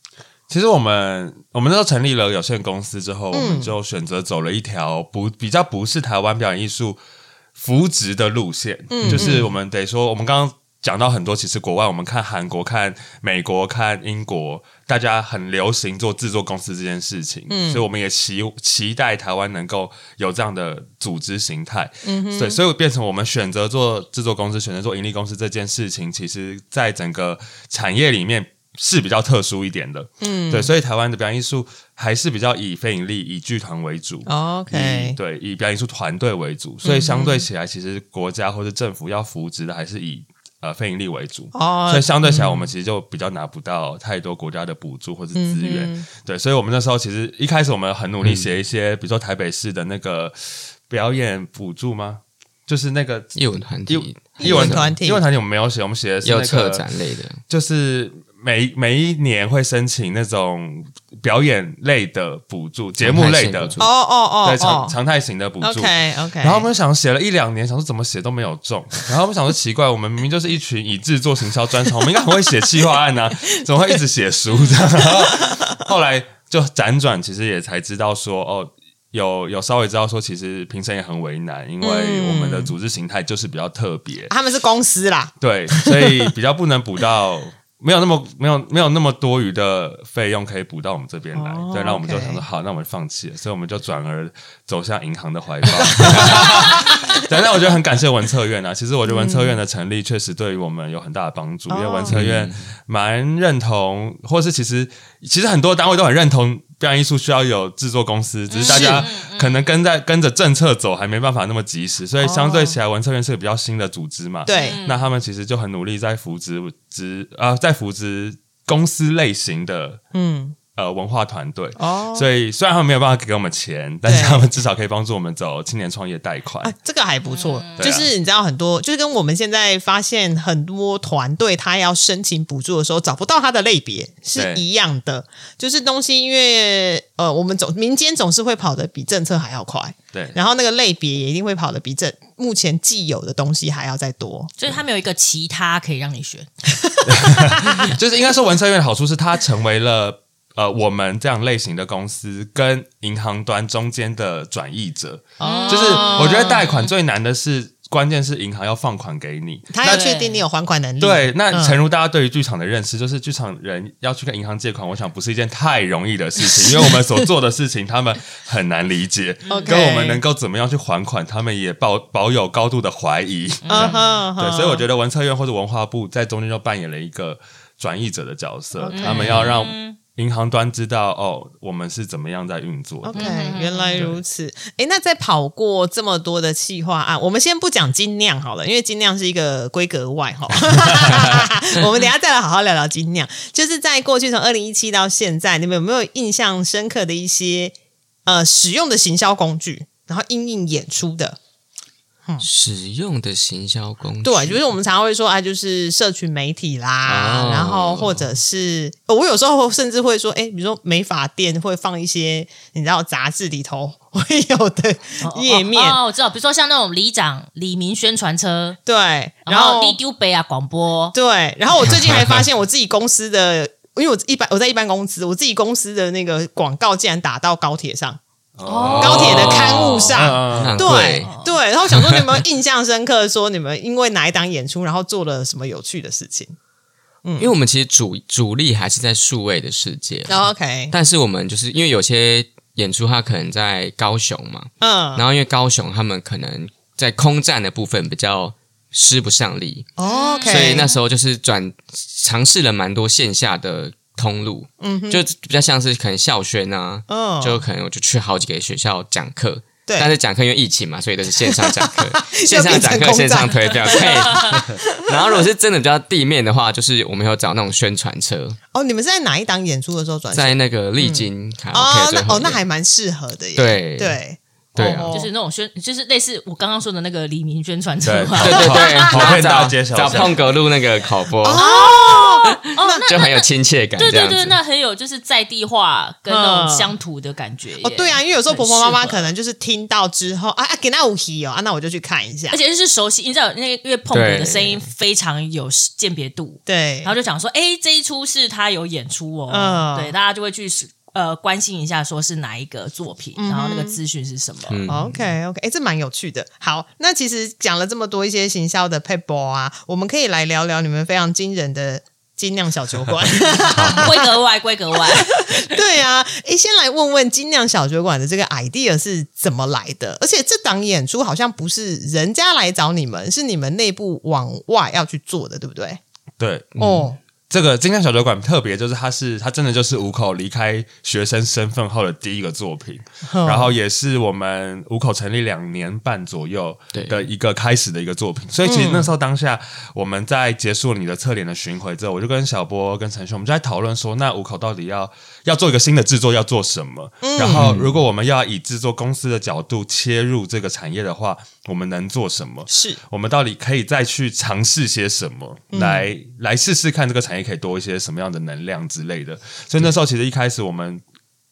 S1: 其实我们我们那时候成立了有限公司之
S2: 嗯
S1: 后，我们就选择走了一条不比较不是台湾表演艺术扶植的路线，就是我们得说，我们刚刚。讲到很多，其实国外我们看韩国、看美国、看英国，大家很流行做制作公司这件事情，所以我们也期期待台湾能够有这样的组织形态。对，所以变成我们选择做制作公司、选择做盈利公司这件事情，其实在整个产业里面是比较特殊一点的。嗯，对，所以台湾的表演艺术还是比较以非盈利、以剧团为主。以
S2: OK，
S1: 哦对，以表演艺术团队为主，
S2: 嗯
S1: 所以相对起来，其实国家或者政府要扶植的还是以呃非盈利为主。
S2: 哦
S1: 所以相对起来，我们其实就比较拿不到太多国家的补助或是
S2: 嗯
S1: 资源。对，所以我们那时候其实一开始我们很努力写一些，比如说台北市的那个表演补助吗？就是那个
S3: 业文团体
S1: 艺
S2: 艺文团体
S1: 艺文团体我们没有写，我们写的是那
S3: 有
S1: 个
S3: 策展类的，
S1: 就是每每一年会申请那种表演类的补助，节目类的，
S3: 常态性补
S2: 哦哦
S1: 对常
S2: 哦哦
S1: 常态型的补助。
S2: ，OK OK，
S1: 然后我们想写了一两年，想说怎么写都没有中。然后我们想说奇怪，我们明明就是一群以制作行销专长，我们应该很会写企划案啊，怎么会一直写书这样？然后后来就辗转，其实也才知道说哦。有有稍微知道说，其实评审也很为难，因为我们的组织形态就是比较特别，
S2: 他们是公司啦，
S1: 对，所以比较不能补到，没有那么没有没有那么多余的费用可以补到我们这边来。
S2: 哦
S1: 对，那我们就
S2: OK
S1: 想说，好，那我们放弃了，所以我们就转而走向银行的怀 抱。对，那我觉得很感谢文策院啊。其实我觉得文策院
S2: 嗯
S1: 的成立确实对于我们有很大的帮助，因
S2: 哦
S1: 为文策院蛮认同，或是其实其实很多单位都很认同表演艺术需要有制作公司，只是
S2: 嗯
S1: 大家可能跟在跟着政策走，还没办法那么及时，所以相对起来，文策院是个比较新的组织嘛。
S2: 对
S1: 那他们其实就很努力在扶植植啊、在扶植公司类型的
S2: 嗯，
S1: 呃文化团队。
S2: 哦，
S1: 所以虽然他们没有办法给我们钱，但是
S2: 对
S1: 他们至少可以帮助我们走青年创业贷款。
S2: 啊，这个还不错，
S1: 对
S2: 就
S1: 啊
S2: 是你知道很多，就是跟我们现在发现很多团队他要申请补助的时候找不到他的类别是
S1: 对
S2: 一样的，就是东西因为呃我们总民间总是会跑得比政策还要快，
S1: 对，
S2: 然后那个类别也一定会跑得比政目前既有的东西还要再多，
S4: 所以他们有一个其他可以让你选，
S1: 就是应该说文策院的好处是，它成为了呃我们这样类型的公司跟银行端中间的转译者。就是
S2: 哦
S1: 我觉得贷款最难的是，关键是银行要放款给你，
S2: 他要
S4: 对
S2: 确定你有还款能力，
S1: 对，那
S2: 嗯
S1: 诚如大家对于剧场的认识，就是剧场人要去跟银行借款，我想不是一件太容易的事情，因为我们所做的事情他们很难理解
S2: OK
S1: 跟我们能够怎么样去还款，他们也抱保有高度的怀疑。
S2: 嗯哼，
S1: 对，所以我觉
S2: 得
S1: 得文策院或者文化部在中间就扮演了一个转译者的角色
S2: OK
S1: 他们要让
S4: 嗯
S1: 银行端知道哦，我们是怎么样在运作的。嗯
S2: OK，原来如此。诶，那在跑过这么多的企划案，我们先不讲精酿好了，因为精酿是一个规格外 哈。 我们等一下再来好好聊聊精酿。就是在过去从二零一七到现在，你们有没有印象深刻的一些呃使用的行销工具，然后应应演出的？
S3: 使用的行销工具，
S2: 对，就是我们常常会说啊，就是社群媒体啦，
S3: 哦
S2: 然后或者是呃我有时候甚至会说，哎，比如说美发店会放一些你知道杂志里头会有的页面，
S4: 哦哦，哦我知道，比如说像那种里长、李明宣传车，
S2: 对，然
S4: 然后
S2: 后
S4: 滴丢杯啊广播，
S2: 对，然后我最近还发现我自己公司的，因为我一般我在一般公司，我自己公司的那个广告竟然打到高铁上。
S1: 哦
S4: 哦
S2: 高铁的刊物上。
S1: 嗯
S3: 很
S2: 对
S3: 贵，
S2: 对，然后我想说，你有没有印象深刻？说你们因为哪一档演出，然后做了什么有趣的事情
S3: 因为我们其实主主力还是在数位的世界啦，
S2: 哦？OK，
S3: 但是我们就是因为有些演出它可能在高雄嘛，
S2: 嗯，
S3: 然后因为高雄他们可能在空战的部分比较施不上力，
S2: 哦 OK，
S3: 所以那时候就是转尝试了蛮多线下的通路，
S2: 嗯哼
S3: 就比较像是可能校宣啊，
S2: 嗯
S3: 就可能我就去好几个学校讲课。
S2: 对
S3: 但是讲课因为疫情嘛，所以都是线上讲 课，线上讲
S2: 变成
S3: 课
S2: 空
S3: 线上
S2: 战
S3: 推掉。对。然后如果是真的比较地面的话，就是我们有找那种宣传车，
S2: 哦，你们是在哪一档演出的时候转身？
S3: 在那个丽晶卡拉
S2: 哦
S3: OK，最
S2: 那
S3: 后
S2: 嗯哦，那
S3: 面
S2: 还蛮适合的耶。
S3: 对
S2: 对
S3: 对啊
S2: 哦
S4: 就是那种宣，就是类似我刚刚说的那个黎明宣传车
S1: 对
S4: 嘛。
S3: 对对对，然
S1: 跑
S3: 后
S1: 遍
S3: 找
S1: 大街小
S3: 找
S1: 巷
S3: 碰格路那个口播，
S4: 哦，那
S3: 就很有亲切感。
S4: 对
S3: 这
S4: 对
S3: 样
S4: 对，
S3: 子。
S4: 那很有就是在地化跟那种
S2: 嗯
S4: 乡土的感觉耶。
S2: 哦，对啊，因为有时候婆婆妈妈
S4: 很适合
S2: 可能就是听到之后啊啊，给那五题哦啊，那我就去看一下
S4: 而。且就是熟悉，你知道那个因为碰鼓的
S3: 对
S4: 声音非常有鉴别度，
S2: 对
S4: 然，后就讲说，哎，这一出是他有演出哦，
S2: 嗯
S4: 对，大家就会去呃关心一下，说是哪一个作品，
S2: 嗯
S4: 然后那个资讯是什么。
S3: 嗯
S2: OK OK，哎，这蛮有趣的。好，那其实讲了这么多一些行销的 paper 啊，我们可以来聊聊你们非常惊人的精酿小酒馆。
S4: 规格外，规格 外，
S2: 对啊，哎，先来问问精酿小酒馆的这个 idea 是怎么来的？而且这档演出好像不是人家来找你们，是你们内部往外要去做的，对不对？
S1: 对，
S2: 哦，
S1: 这个金江小酒馆特别就是它是它真的就是五口离开学生身份后的第一个作品，
S2: 嗯哦
S1: 然后也是我们五口成立两年半左右的一个开始的一个作品。所以其实那时候当下我们在结束你的侧脸的巡回之后，我就跟小波跟陈旭我们就在讨论说，那五口到底要要做一个新的制作要做什么？然后如果我们要以制作公司的角度切入这个产业的话，我们能做什么？
S2: 是
S1: 我们到底可以再去尝试些什么，来来试试看这个产业可以多一些什么样的能量之类的。所以那时候其实一开始我们。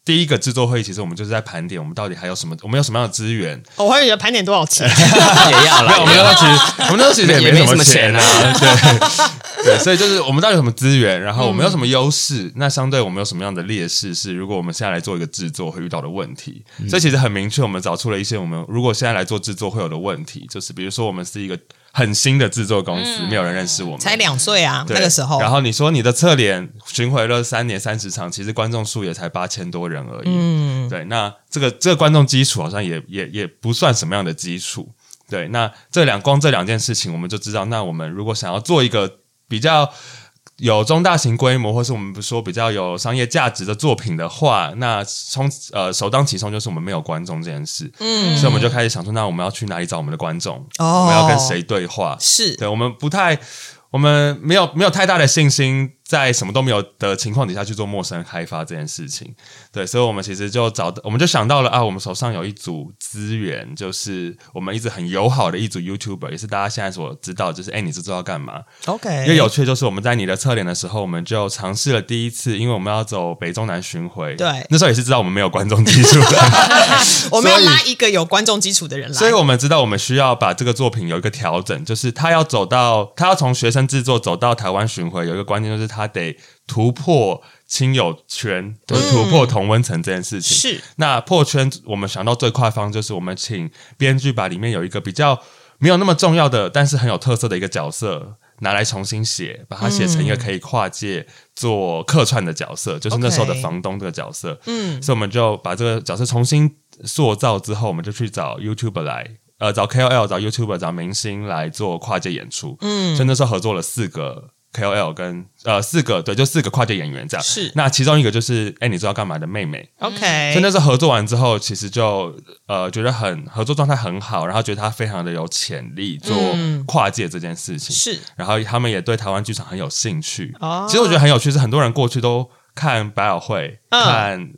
S1: 第一个制作会议，其实我们就是在盘点，我们到底还有什么，我们有什么样的资源？
S2: 哦我还以为盘点多 少钱。
S3: 也要
S1: 没有，我
S3: 了，哦
S1: 们那时候其实，我们那时候其实
S3: 也
S1: 没
S3: 没什么
S1: 钱
S3: 钱啊。
S1: 对对，所以就是我们到底有什么资源，然后我们有什
S3: 嗯
S1: 么优势，那相对我们有什么样的劣势，是如果我们现在来做一个制作会遇到的问题。
S3: 嗯
S1: 所以其实很明确，我们找出了一些我们如果现在来做制作会有的问题，就是比如说我们是一个很新的制作公
S3: 嗯
S1: 司，没有人认识我们，
S2: 才两岁啊，
S1: 对
S2: 那个时候。
S1: 然后你说你的侧脸巡回了三年三十场，其实观众数也才八千多人而已。嗯，对，那这个这个观众基础好像也也也不算什么样的基础。对，那这两光这两件事情，我们就知道，那我们如果想要做一个比较。有中大型规模，或是我们说比较有商业价值的作品的话，那充呃首当其冲就是我们没有观众这件事，嗯，所以我们就开始想说，那我们要去哪里找我们的观众？我
S2: 哦
S1: 们要跟谁对话？
S2: 是
S1: 对，我们不太，我们没有没有太大的信心，在什么都没有的情况底下去做陌生开发这件事情。对，所以我们其实就找到，我们就想到了啊，我们手上有一组资源，就是我们一直很友好的一组 YouTuber，也是大家现在所知道，就是哎，你这知道干嘛？
S2: OK，
S1: 因为有趣的就是我们在你的侧脸的时候，我们就尝试了第一次，因为我们要走北中南巡回，
S2: 对
S1: 那时候也是知道我们没有观众基础的。
S2: 我们要拉一个有观众基础的人来。
S1: 所以我们知道，我们需要把这个作品有一个调整，就是他要走到，他要从学生制作走到台湾巡回，有一个关键就是他得突破亲友圈，就是突
S2: 嗯
S1: 破同温层这件事情。
S2: 是
S1: 那破圈，我们想到最快方就是我们请编剧把里面有一个比较没有那么重要的，但是很有特色的一个角色。拿来重新写，把它写成一个可以跨界做客串的角色，就是那时候的
S2: OK
S1: 房东这个角色。
S2: 嗯
S1: 所以我们就把这个角色重新塑造之后，我们就去找 YouTuber 来，呃，找 KOL、找 YouTuber、找明星来做跨界演出。嗯，所以那时候合作了四个 KOL 跟呃四个对，就四个跨界演员这样。
S2: 是
S1: 那其中一个就是哎，你知道干嘛的妹妹。所以那
S2: ，OK，
S1: 时候合作完之后，其实就呃觉得很合作状态很好，然后觉得她非常的有潜力做
S2: 嗯
S1: 跨界这件事情。
S2: 是
S1: 然后他们也对台湾剧场很有兴趣。
S2: 哦
S1: 其实我觉得很有趣，是很多人过去都看百老汇，
S2: 嗯
S1: 看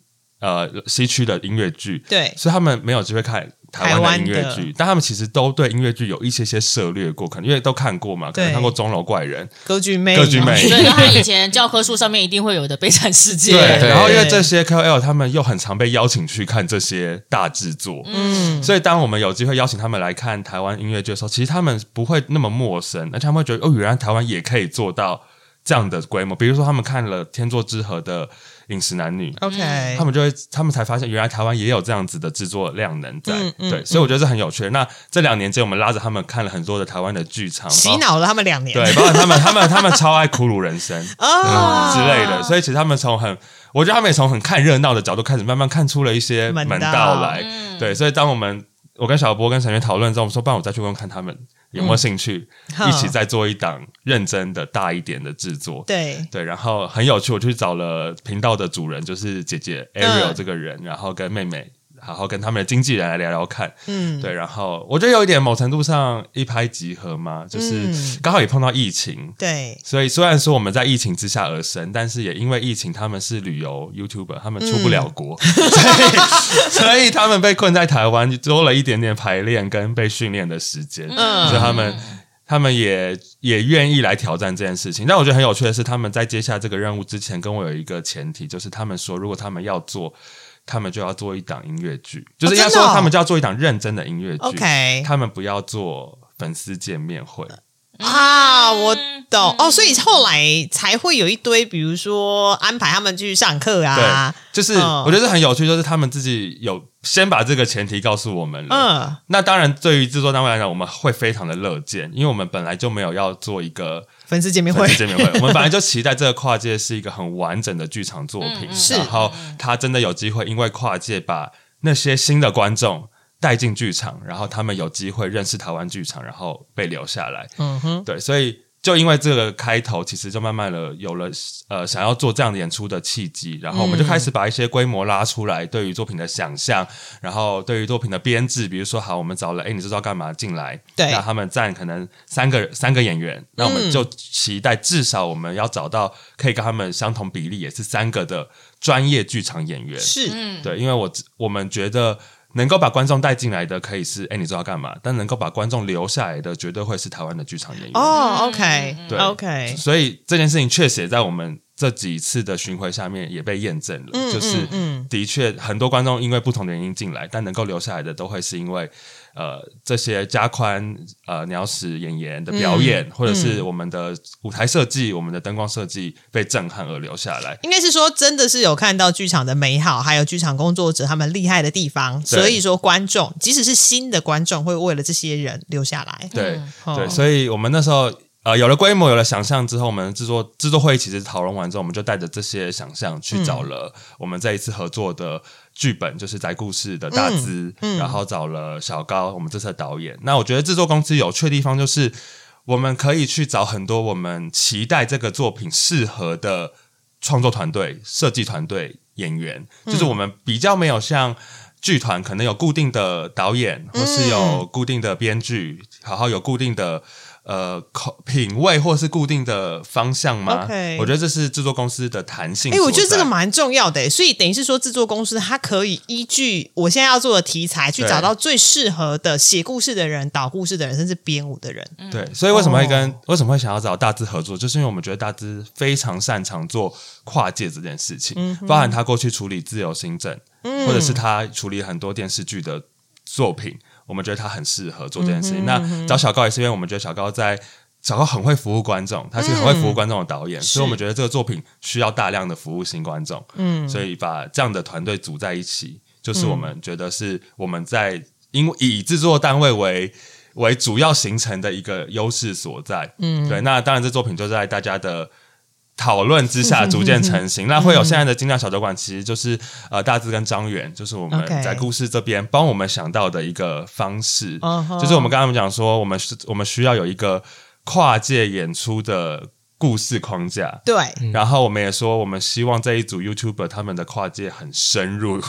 S1: 呃西区的音乐剧，
S2: 对
S1: 所以他们没有机会看台
S2: 台
S1: 湾
S2: 湾
S1: 的音乐剧，但他们其实都对音乐剧有一些些涉略过，可能因为都看过嘛，可能
S2: 对
S1: 看过《钟楼怪人》
S2: 歌剧魅，
S1: 歌剧魅
S4: 对，那他以前教科书上面一定会有的《悲惨世界》
S3: 对
S1: 然后因为这些 KOL 他们又很常被邀请去看这些大制作，
S2: 嗯，
S1: 所以当我们有机会邀请他们来看台湾音乐剧的时候，其实他们不会那么陌生，而且他们会觉得哦，原来台湾也可以做到。这样的规模。比如说，他们看了《天作之合》的《饮食男女》，
S2: OK，
S1: 他们就会，他们才发现原来台湾也有这样子的制作量能在。
S2: 嗯嗯
S1: 对，所以我觉得是很有趣的。那这两年间，我们拉着他们看了很多的台湾的剧场，
S2: 洗脑了他们两年，
S1: 包对，包括他们，他们，他们超爱《苦鲁人生》
S2: 哦
S1: 之类的，所以其实他们从很，我觉得他们也从很看热闹的角度开始，慢慢看出了一些
S2: 门
S1: 门
S2: 道
S1: 道来。对，所以当我们我跟小波跟沈月讨论之后，我们说，不然我再去问问看他们有没有兴趣，
S2: 嗯
S1: 一起再做一档认真的大一点的制作。
S2: 对，
S1: 对，然后很有趣，我去找了频道的主人，就是姐姐
S2: 嗯
S1: Ariel 这个人，然后跟妹妹，然后跟他们的经纪人来聊聊看。
S2: 嗯，
S1: 对，然后我觉得有一点某程度上一拍即合嘛，就是
S2: 嗯
S1: 刚好也碰到疫情，
S2: 对，
S1: 所以虽然说我们在疫情之下而生，但是也因为疫情，他们是旅游 YouTuber，他们出不了国，
S2: 嗯
S1: 所以所以他们被困在台湾，多了一点点排练跟被训练的时间，
S2: 嗯
S1: 所以他们。他们也也愿意来挑战这件事情，但我觉得很有趣的是，他们在接下这个任务之前，跟我有一个前提，就是他们说，如果他们要做，他们就要做一档音乐剧，就是应该
S2: 真
S1: 说
S2: 的哦
S1: 他们就要做一档认真的音乐剧
S2: OK
S1: 他们不要做粉丝见面会。
S2: 啊，我懂
S4: 嗯
S2: 哦，所以后来才会有一堆，比如说安排他们去上课啊，
S1: 对，就是、
S2: 嗯
S1: 我觉得这很有趣，就是他们自己有先把这个前提告诉我们了。
S2: 嗯，
S1: 那当然，对于制作单位来讲，我们会非常的乐见，因为我们本来就没有要做一个
S2: 粉丝见面会
S1: 粉丝见面会， 我们本来就期待这个跨界是一个很完整的剧场作品，
S4: 嗯嗯
S2: 是
S1: 然后他真的有机会因为跨界把那些新的观众带进剧场，然后他们有机会认识台湾剧场，然后被留下来。
S2: 嗯哼，
S1: 对，所以就因为这个开头，其实就慢慢的有了呃想要做这样的演出的契机，然后我们就开
S2: 嗯
S1: 始把一些规模拉出来，对于作品的想象，然后对于作品的编制，比如说好，我们找了哎，诶你这道干嘛进来？
S2: 对嗯
S1: 那他们占可能三个三个演员，那我们就期待至少我们要找到可以跟他们相同比例，也是三个的专业剧场演员。
S2: 是
S4: 嗯，
S1: 对，因为我我们觉得能够把观众带进来的可以是，哎，你知道干嘛？但能够把观众留下来的，绝对会是台湾的剧场演员。
S2: 哦，OK，
S1: 对
S2: OK，
S1: 所以这件事情确实也在我们这几次的巡回下面也被验证了，
S2: 嗯
S1: 就是
S2: 嗯嗯
S1: 的确很多观众因为不同的原因进来，但能够留下来的都会是因为呃这些加宽呃鸟屎演员的表
S2: 嗯
S1: 演，或者是我们的舞台设计、我们的灯光设计被震撼而留下来。
S2: 应该是说真的是有看到剧场的美好，还有剧场工作者他们厉害的地方，所以说观众即使是新的观众，会为了这些人留下来。
S1: 对、
S2: 嗯
S1: 对，
S2: 哦
S1: 所以我们那时候呃有了规模，有了想象之后，我们制作制作会议其实讨论完之后，我们就带着这些想象去找了我们这一次合作的剧本，就是宅故事的大资，然后找了小高，我们这次的导演。那我觉得制作公司有趣的地方就是，我们可以去找很多我们期待这个作品适合的创作团队、设计团队、演员，
S2: 嗯
S1: 就是我们比较没有像剧团可能有固定的导演，
S2: 嗯
S1: 或是有固定的编剧，然后有固定的呃口品味，或是固定的方向吗
S2: OK
S1: 我觉得这是制作公司的弹性。
S2: 哎、
S1: 哎，
S2: 我觉得这个蛮重要的，所以等于是说，制作公司它可以依据我现在要做的题材，去
S1: 对
S2: 找到最适合的写故事的人、导故事的人，甚至编舞的人。
S1: 对，所以为什么会跟、为什么会想要找大资合作，就是因为我们觉得大资非常擅长做跨界这件事情，包含他过去处理自由行政，或者是他处理很多电视剧的作品，我们觉得他很适合做这件事情。那找小高也是因为我们觉得小高在。小高很会服务观众，他是很会服务观众的导演，所以我们觉得这个作品需要大量的服务新观众，嗯，所以把这样的团队组在一起，就是我们觉得是我们在因为以制作单位为为主要形成的一个优势所在。嗯，对。那当然，这作品就在大家的讨论之下逐渐成型。那会有现在的精酿小酒馆，其实就是呃，大志跟张远，就是我们
S2: OK
S1: 在故事这边帮我们想到的一个方式
S2: 嗯哼
S1: 就是我们刚刚讲说，我们是我们需要有一个跨界演出的故事框架。
S2: 对，
S1: 然后我们也说，我们希望这一组 YouTuber 他们的跨界很深入，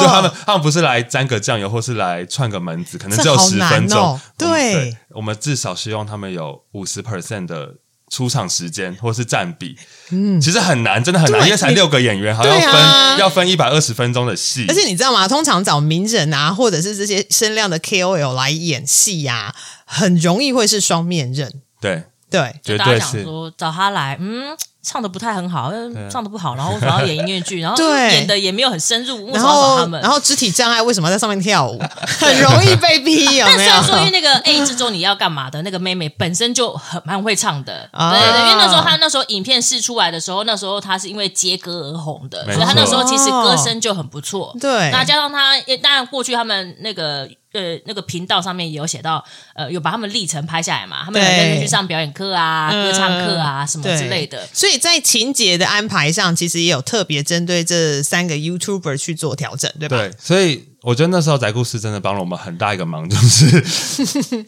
S1: 就他们他们不是来沾个酱油，或是来串个门子，可能只有
S2: 这好
S1: 十
S2: 难
S1: 分钟。
S2: 哦
S1: 我们
S2: 对
S1: 对，我们至少希望他们有五十 percent 的。出场时间或是占比，嗯，其实很难，真的很难，
S2: 对
S1: 因为才
S2: 你
S1: 六个演员，还要
S2: 对
S1: 分、
S2: 啊
S1: 要分一百二十分钟的戏，
S2: 而且你知道吗？通常找名人啊，或者是这些声量的 KOL 来演戏呀、很容易会是双面刃。
S1: 对，
S2: 对，
S1: 绝
S4: 大家
S1: 对
S4: 想
S1: 是
S4: 说找他来，嗯，唱的不太很好，呃唱的不好，然后为什么要演音乐 剧？然后
S2: 啊对
S4: 演的也没有很深入，为什
S2: 然
S4: 么要找他
S2: 后
S4: 们？
S2: 然后肢体障碍为什么要在上面跳 舞？很容易被逼，有
S4: 但
S2: 没
S4: 虽
S2: 有
S4: 然？说，因为那个 A 之中你要干嘛的那个妹妹本身就很蛮会唱的，
S2: 啊
S4: 对对，因为那时候她那时候影片试出来的时候，那时候她是因为接歌而红的，
S1: 没
S4: 所
S1: 错
S4: 以她那时候其实歌声就很不错。
S2: 哦对
S4: 那加上她，也当然过去他们那个。呃，那个频道上面也有写到，呃，有把他们历程拍下来嘛，他们
S2: 对嗯
S4: 两个人去上表演课啊、歌唱课啊什么
S2: 对
S4: 之类的。
S2: 所以在情节的安排上，其实也有特别针对这三个 YouTuber 去做调整，对吧？
S1: 对，所以我觉得那时候宅故事真的帮了我们很大一个忙，就是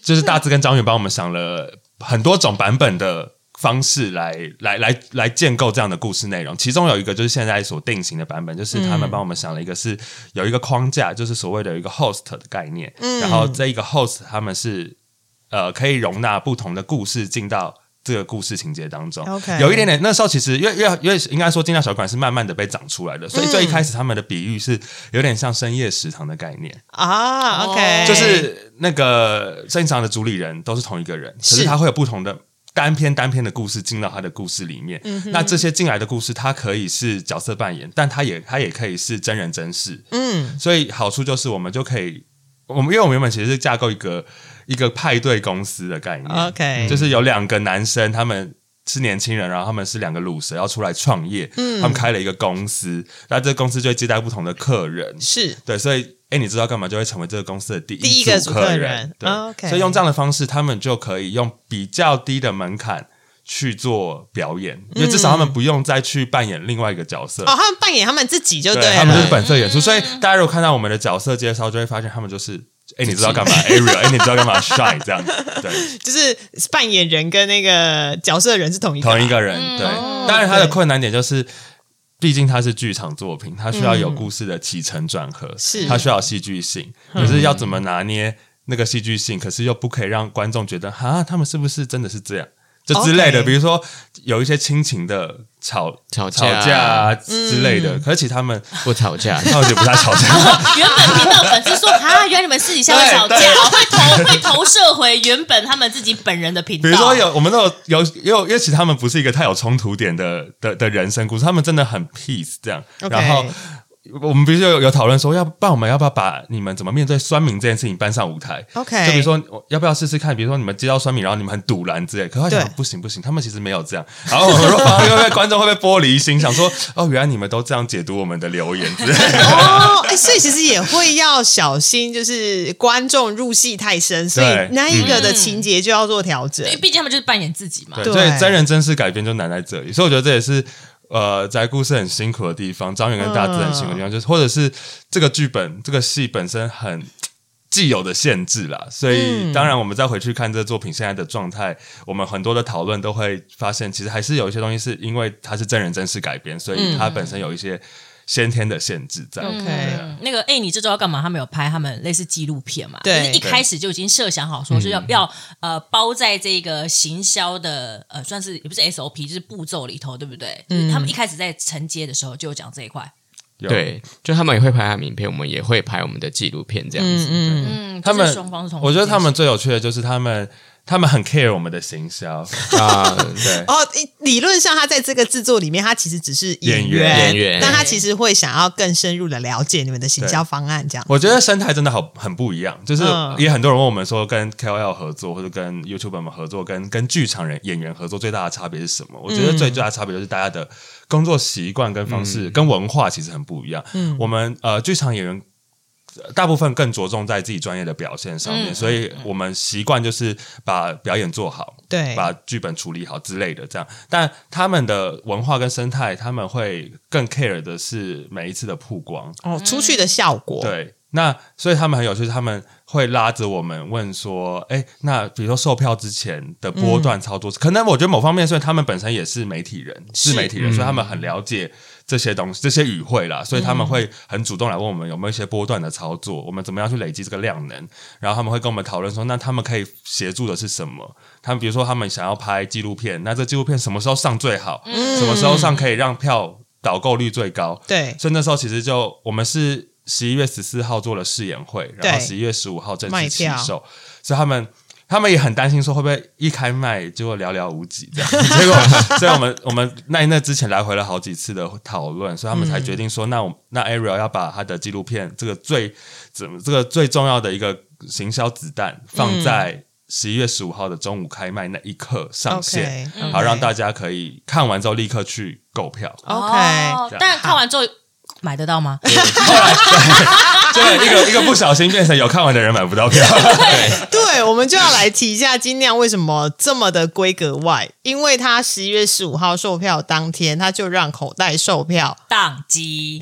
S1: 就是 大志跟张远帮我们想了很多种版本的。方式来来来来建构这样的故事内容，其中有一个就是现在所定型的版本，就是他
S2: 嗯
S1: 们帮我们想了一个是有一个框架，就是所谓的有一个 host 的概念，
S2: 嗯
S1: 然后这一个 host 他们是呃可以容纳不同的故事进到这个故事情节当中。
S2: OK
S1: 有一点点那时候其实越越越应该说精酿小馆是慢慢的被长出来的，
S2: 嗯
S1: 所以最一开始他们的比喻是有点像深夜食堂的概念，
S2: 啊，OK，
S4: 哦
S1: 就是那个正常的主理人都是同一个人，可
S2: 是
S1: 是他会有不同的。单篇单篇的故事进到他的故事里面，
S2: 嗯
S1: 那这些进来的故事，它可以是角色扮演，但它也它也可以是真人真事，
S2: 嗯，
S1: 所以好处就是我们就可以，我们因为我们原本其实是架构一个一个派对公司的概念
S2: OK
S1: 嗯就是有两个男生，他们是年轻人，然后他们是两个卤蛇要出来创业，嗯，他们开了一个公司，那这个公司就会接待不同的客人，
S2: 是
S1: 对，所以哎，诶你知道干嘛就会成为这个公司的第一
S2: 第一
S1: 一
S2: 个
S1: 组
S2: 组客
S1: 人，
S2: 人哦
S1: 对、
S2: OK
S1: 所以用这样的方式，他们就可以用比较低的门槛。去做表演，因为至少他们不用再去扮演另外一个角色，
S2: 嗯哦，嗯他们扮演他们自己就
S1: 对，
S2: 了，
S1: 他们就是本色演出。所以大家如果看到我们的角色介绍，就会发现他们就是，哎，你知道干嘛？Ariel，哎，你知道干嘛？Shy 这样子，对，
S2: 就是扮演人跟那个角色人是同一个吧啊嗯哦
S1: 同一个人，对。当然，他的困难点就是。毕竟它是剧场作品，它需要有故事的起承转合，
S2: 是嗯
S1: 它需要有戏剧性。可是要怎么拿捏那个戏剧性？可是又不可以让观众觉得哈，他们是不是真的是这样？就之类的
S2: OK
S1: 比如说有一些亲情的吵
S3: 吵
S1: 吵
S3: 架
S1: 架啊
S2: 嗯
S1: 之类的，可是其实他 们，
S3: 不吵架
S1: 他们也不太吵架，
S4: 原本频道粉丝说啊，原来你们私底下会吵架，
S1: 对
S4: 会投会投射回原本他们自己本人的频道。
S1: 比如说有我们都有有也有，因为其实他们不是一个太有冲突点的的的人生故事，他们真的很 peace 这样。
S2: OK
S1: 然后我们比如说有有讨论说，要不然我们要不要把你们怎么面对酸民这件事情搬上舞台
S2: OK
S1: 就比如说我要不要试试看，比如说你们接到酸民，然后你们很堵然之类，可他想
S2: 对
S1: 不行不行，他们其实没有这样。然后我们说啊会不会观众会不会玻璃心，想说哦，原来你们都这样解读我们的留言之类的。
S2: 哦，哎、所以其实也会要小心，就是观众入戏太深，所以那一个的情节就要做调整
S4: 因。为毕竟他们就是扮演自己嘛。
S1: 对，
S2: 对
S1: 所以真人真事改编就难在这里，所以我觉得这也是呃宅故事很辛苦的地方，张远跟大志很辛苦的地方，就是或者是这个剧本这个戏本身很。既有的限制啦，所以当然我们再回去看这作品现在的状态，我们很多的讨论都会发现，其实还是有一些东西是因为它是真人真事改编，所以它本身有一些先天的限制在。
S2: OK，
S4: 嗯那个哎、你这周要干嘛？他们有拍他们类似纪录片嘛？
S2: 对
S4: 就是一开始就已经设想好，
S1: 嗯
S4: 说是要、要呃包在这个行销的呃算是也不是 SOP，就是步骤里头，对不对？就是他们一开始在承接的时候就有讲这一块，
S1: 有，
S3: 对，就他们也会拍他们影片，我们也会拍我们的纪录片这样子。
S2: 嗯
S4: 嗯，
S1: 他
S4: 就
S1: 们
S4: 是双方是同，
S1: 我觉得他们最有趣的就是他们，他们很 care 我们的行销，
S3: 啊，
S1: 对，
S2: 哦，一理论上他在这个制作里面，他其实只是
S1: 演
S2: 员，
S1: 员
S3: 演员
S2: 但他其实会想要更深入的了解你们的行销方案，这样。
S1: 我觉得生态真的好很不一样，就是
S2: 嗯
S1: 也很多人问我们说，跟 KOL 合作或者跟 YouTuber 们合作，跟跟剧场人演员合作最大的差别是什么？我觉得最最大的差别就是大家的工作习惯跟方式、跟文化其实很不一样。嗯，我们呃剧场演员。呃大部分更着重在自己专业的表现上面，
S4: 嗯
S1: 所以我们习惯就是把表演做好，
S2: 对
S1: 把剧本处理好之类的，这样。但他们的文化跟生态，他们会更 care 的是每一次的曝光，
S2: 哦，出去的效果，
S1: 对，那所以他们很有趣，他们会拉着我们问说，哎，那比如说售票之前的波段操作，可能我觉得某方面，虽然他们本身也是媒体人，是媒体人，所以他们很了解这些东西、这些语汇啦，所以他们会很主动来问我们有没有一些波段的操作，我们怎么样去累积这个量能，然后他们会跟我们讨论说，那他们可以协助的是什么？他们比如说他们想要拍纪录片，那这纪录片什么时候上最好？什么时候上可以让票导购率最高？
S2: 对
S1: 所以那时候其实就我们是十一月十四号做了试演会，然后
S2: 对
S1: 十一月十五号正
S2: 卖
S1: 式起
S2: 票
S1: 售，所以他们他们也很担心说会不会一开麦结果寥寥无几这样， 结果所以我们我们那那之前来回了好几次的讨论，所以他们
S2: 嗯
S1: 才决定说，那我那 Ariel 要把他的纪录片这个最怎么这个最重要的一个行销子
S2: 嗯
S1: 弹放在十一月十五号的中午开卖那一刻上线，
S2: OK，
S1: 好让大
S2: 家
S1: 家可以看完之后立刻去购票。
S2: 哦 OK。
S1: 这样
S4: 哦但看完之后买得到吗？
S1: 对，一个一个不小心变成有看完的人买不 到票。
S2: 对，我们就要来提一下精酿为什么这么的规格外，因为它十一月十五号售票当天，它就让口袋售票。
S4: 宕机。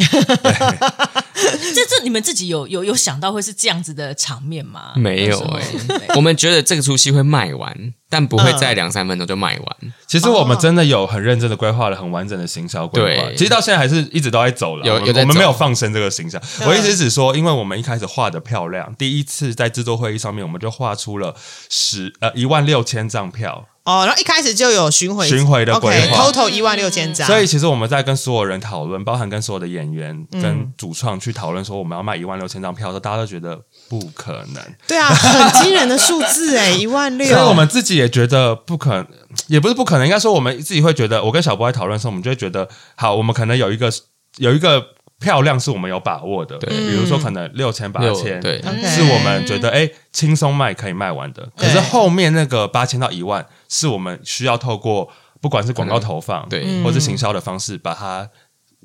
S4: 这这你们自己有有有想到会是这样子的场面吗？
S3: 没有
S4: 哎
S3: 哎、、 我们觉得这个出戏会卖完，但不会
S1: 嗯
S3: 在两三分钟就卖完。
S1: 其实我们真的有很认真的规划了很完整的行销规划，
S3: 对
S1: 其实到现在还是一直都在走了。
S3: 有
S1: 我们
S3: 有在
S1: 我们
S3: 走
S1: 没有放生这个形象。
S2: 对
S1: 我一直只说，因为我们一开始画的漂亮，第一次在制作会议上面，我们就画出了十呃一万六千张票。
S2: 哦，然后一开始就有巡回
S1: 巡回的规划
S2: o k total 一万六千张，
S1: 所以其实我们在跟所有人讨论，包含跟所有的演员、跟主创去讨论说我们要卖一万六千张票的时候，大家都觉得不可能。
S2: 对啊，很惊人的数字哎， 一万六。
S1: 所以
S3: 哦
S1: 我们自己也觉得不可能，也不是不可能，应该说我们自己会觉得，我跟小波在讨论的时候，我们就会觉得，好，我们可能有一个有一个漂亮是我们有把握的，
S3: 对
S1: 比如说可能六千八
S3: 六
S1: 千，
S3: 对，
S2: OK
S1: 是我们觉得哎轻松卖可以卖完的，可
S2: 对
S1: 是后面那个八千到一万是我们需要透过不管是广告投放，
S3: 对
S1: 或者行销的方式把它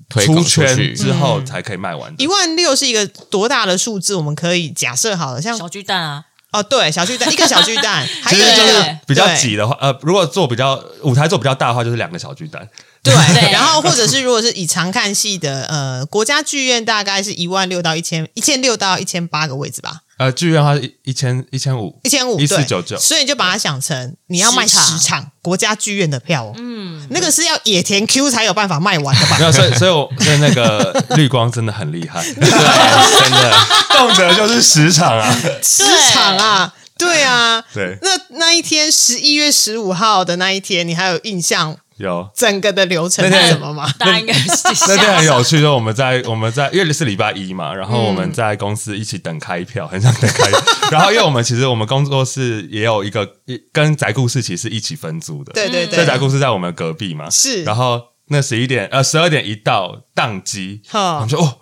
S3: 推
S1: 嗯出
S3: 广出
S1: 圈
S3: 去。
S1: 之后才可以卖完的
S2: 一。万六是一个多大的数字？我们可以假设好了，像
S4: 小巨蛋啊，
S2: 哦，对，小巨蛋一个小巨 蛋，还
S1: 其
S2: 有
S1: 实
S2: 一
S1: 就
S2: 个
S1: 是比较
S2: 对
S1: 挤的话，呃，如果做比较舞台做比较大的话，就是两个小巨蛋。
S2: 对
S4: 对
S2: 然后或者是如果是以常看戏的，呃，国家剧院大概是一万六到一千一千六到一千八个位置吧，
S1: 呃，剧院它是一一千一千五
S2: 一千五
S1: 1499
S2: 所以你就把它想成你要卖
S4: 十场
S2: 十场国家剧院的票哦，嗯，那个是要野田 Q 才有办法卖完 的吧？
S1: 没有，所以所以我所以那个绿光真的很厉害，对，真的动辄就是十场啊，
S2: 十场啊，对啊，
S1: 对，
S2: 那那一天十一月十五号的那一天，你还有印象
S1: 有。
S2: 整个的流程
S1: 那
S2: 是
S1: 天
S2: 什么 吗？
S4: 大家应该是
S1: 那天
S4: 吓
S1: 很有趣，就我们在我们在因为是礼拜一嘛，然后我们在公司一起等开票，很想等开票。然后因为我们其实我们工作室也有一个一跟宅故事其实是一起分租的，
S2: 对对
S1: 这
S2: 对，
S1: 宅故事在我们隔壁嘛，
S2: 是
S1: 然后那十一点呃十二点一到宕机，
S2: 哦
S1: 我们说哦。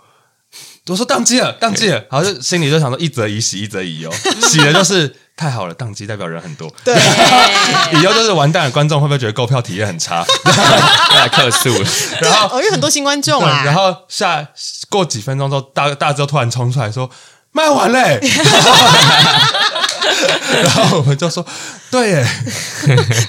S1: 我说宕机了，宕机了，然后就心里就想说一则以喜，一则以忧。 喜的就是太好了，宕机代表人很多；
S2: 对，
S1: 以忧就是完蛋了，观众会不会觉得购票体验很 差？
S3: 来客诉了，
S1: 然后
S2: 哦，因为很多新观众
S1: 对，
S2: 啊，
S1: 然后下过几分钟之后，大大周突然冲出来说卖完嘞、 然后我们就说对耶，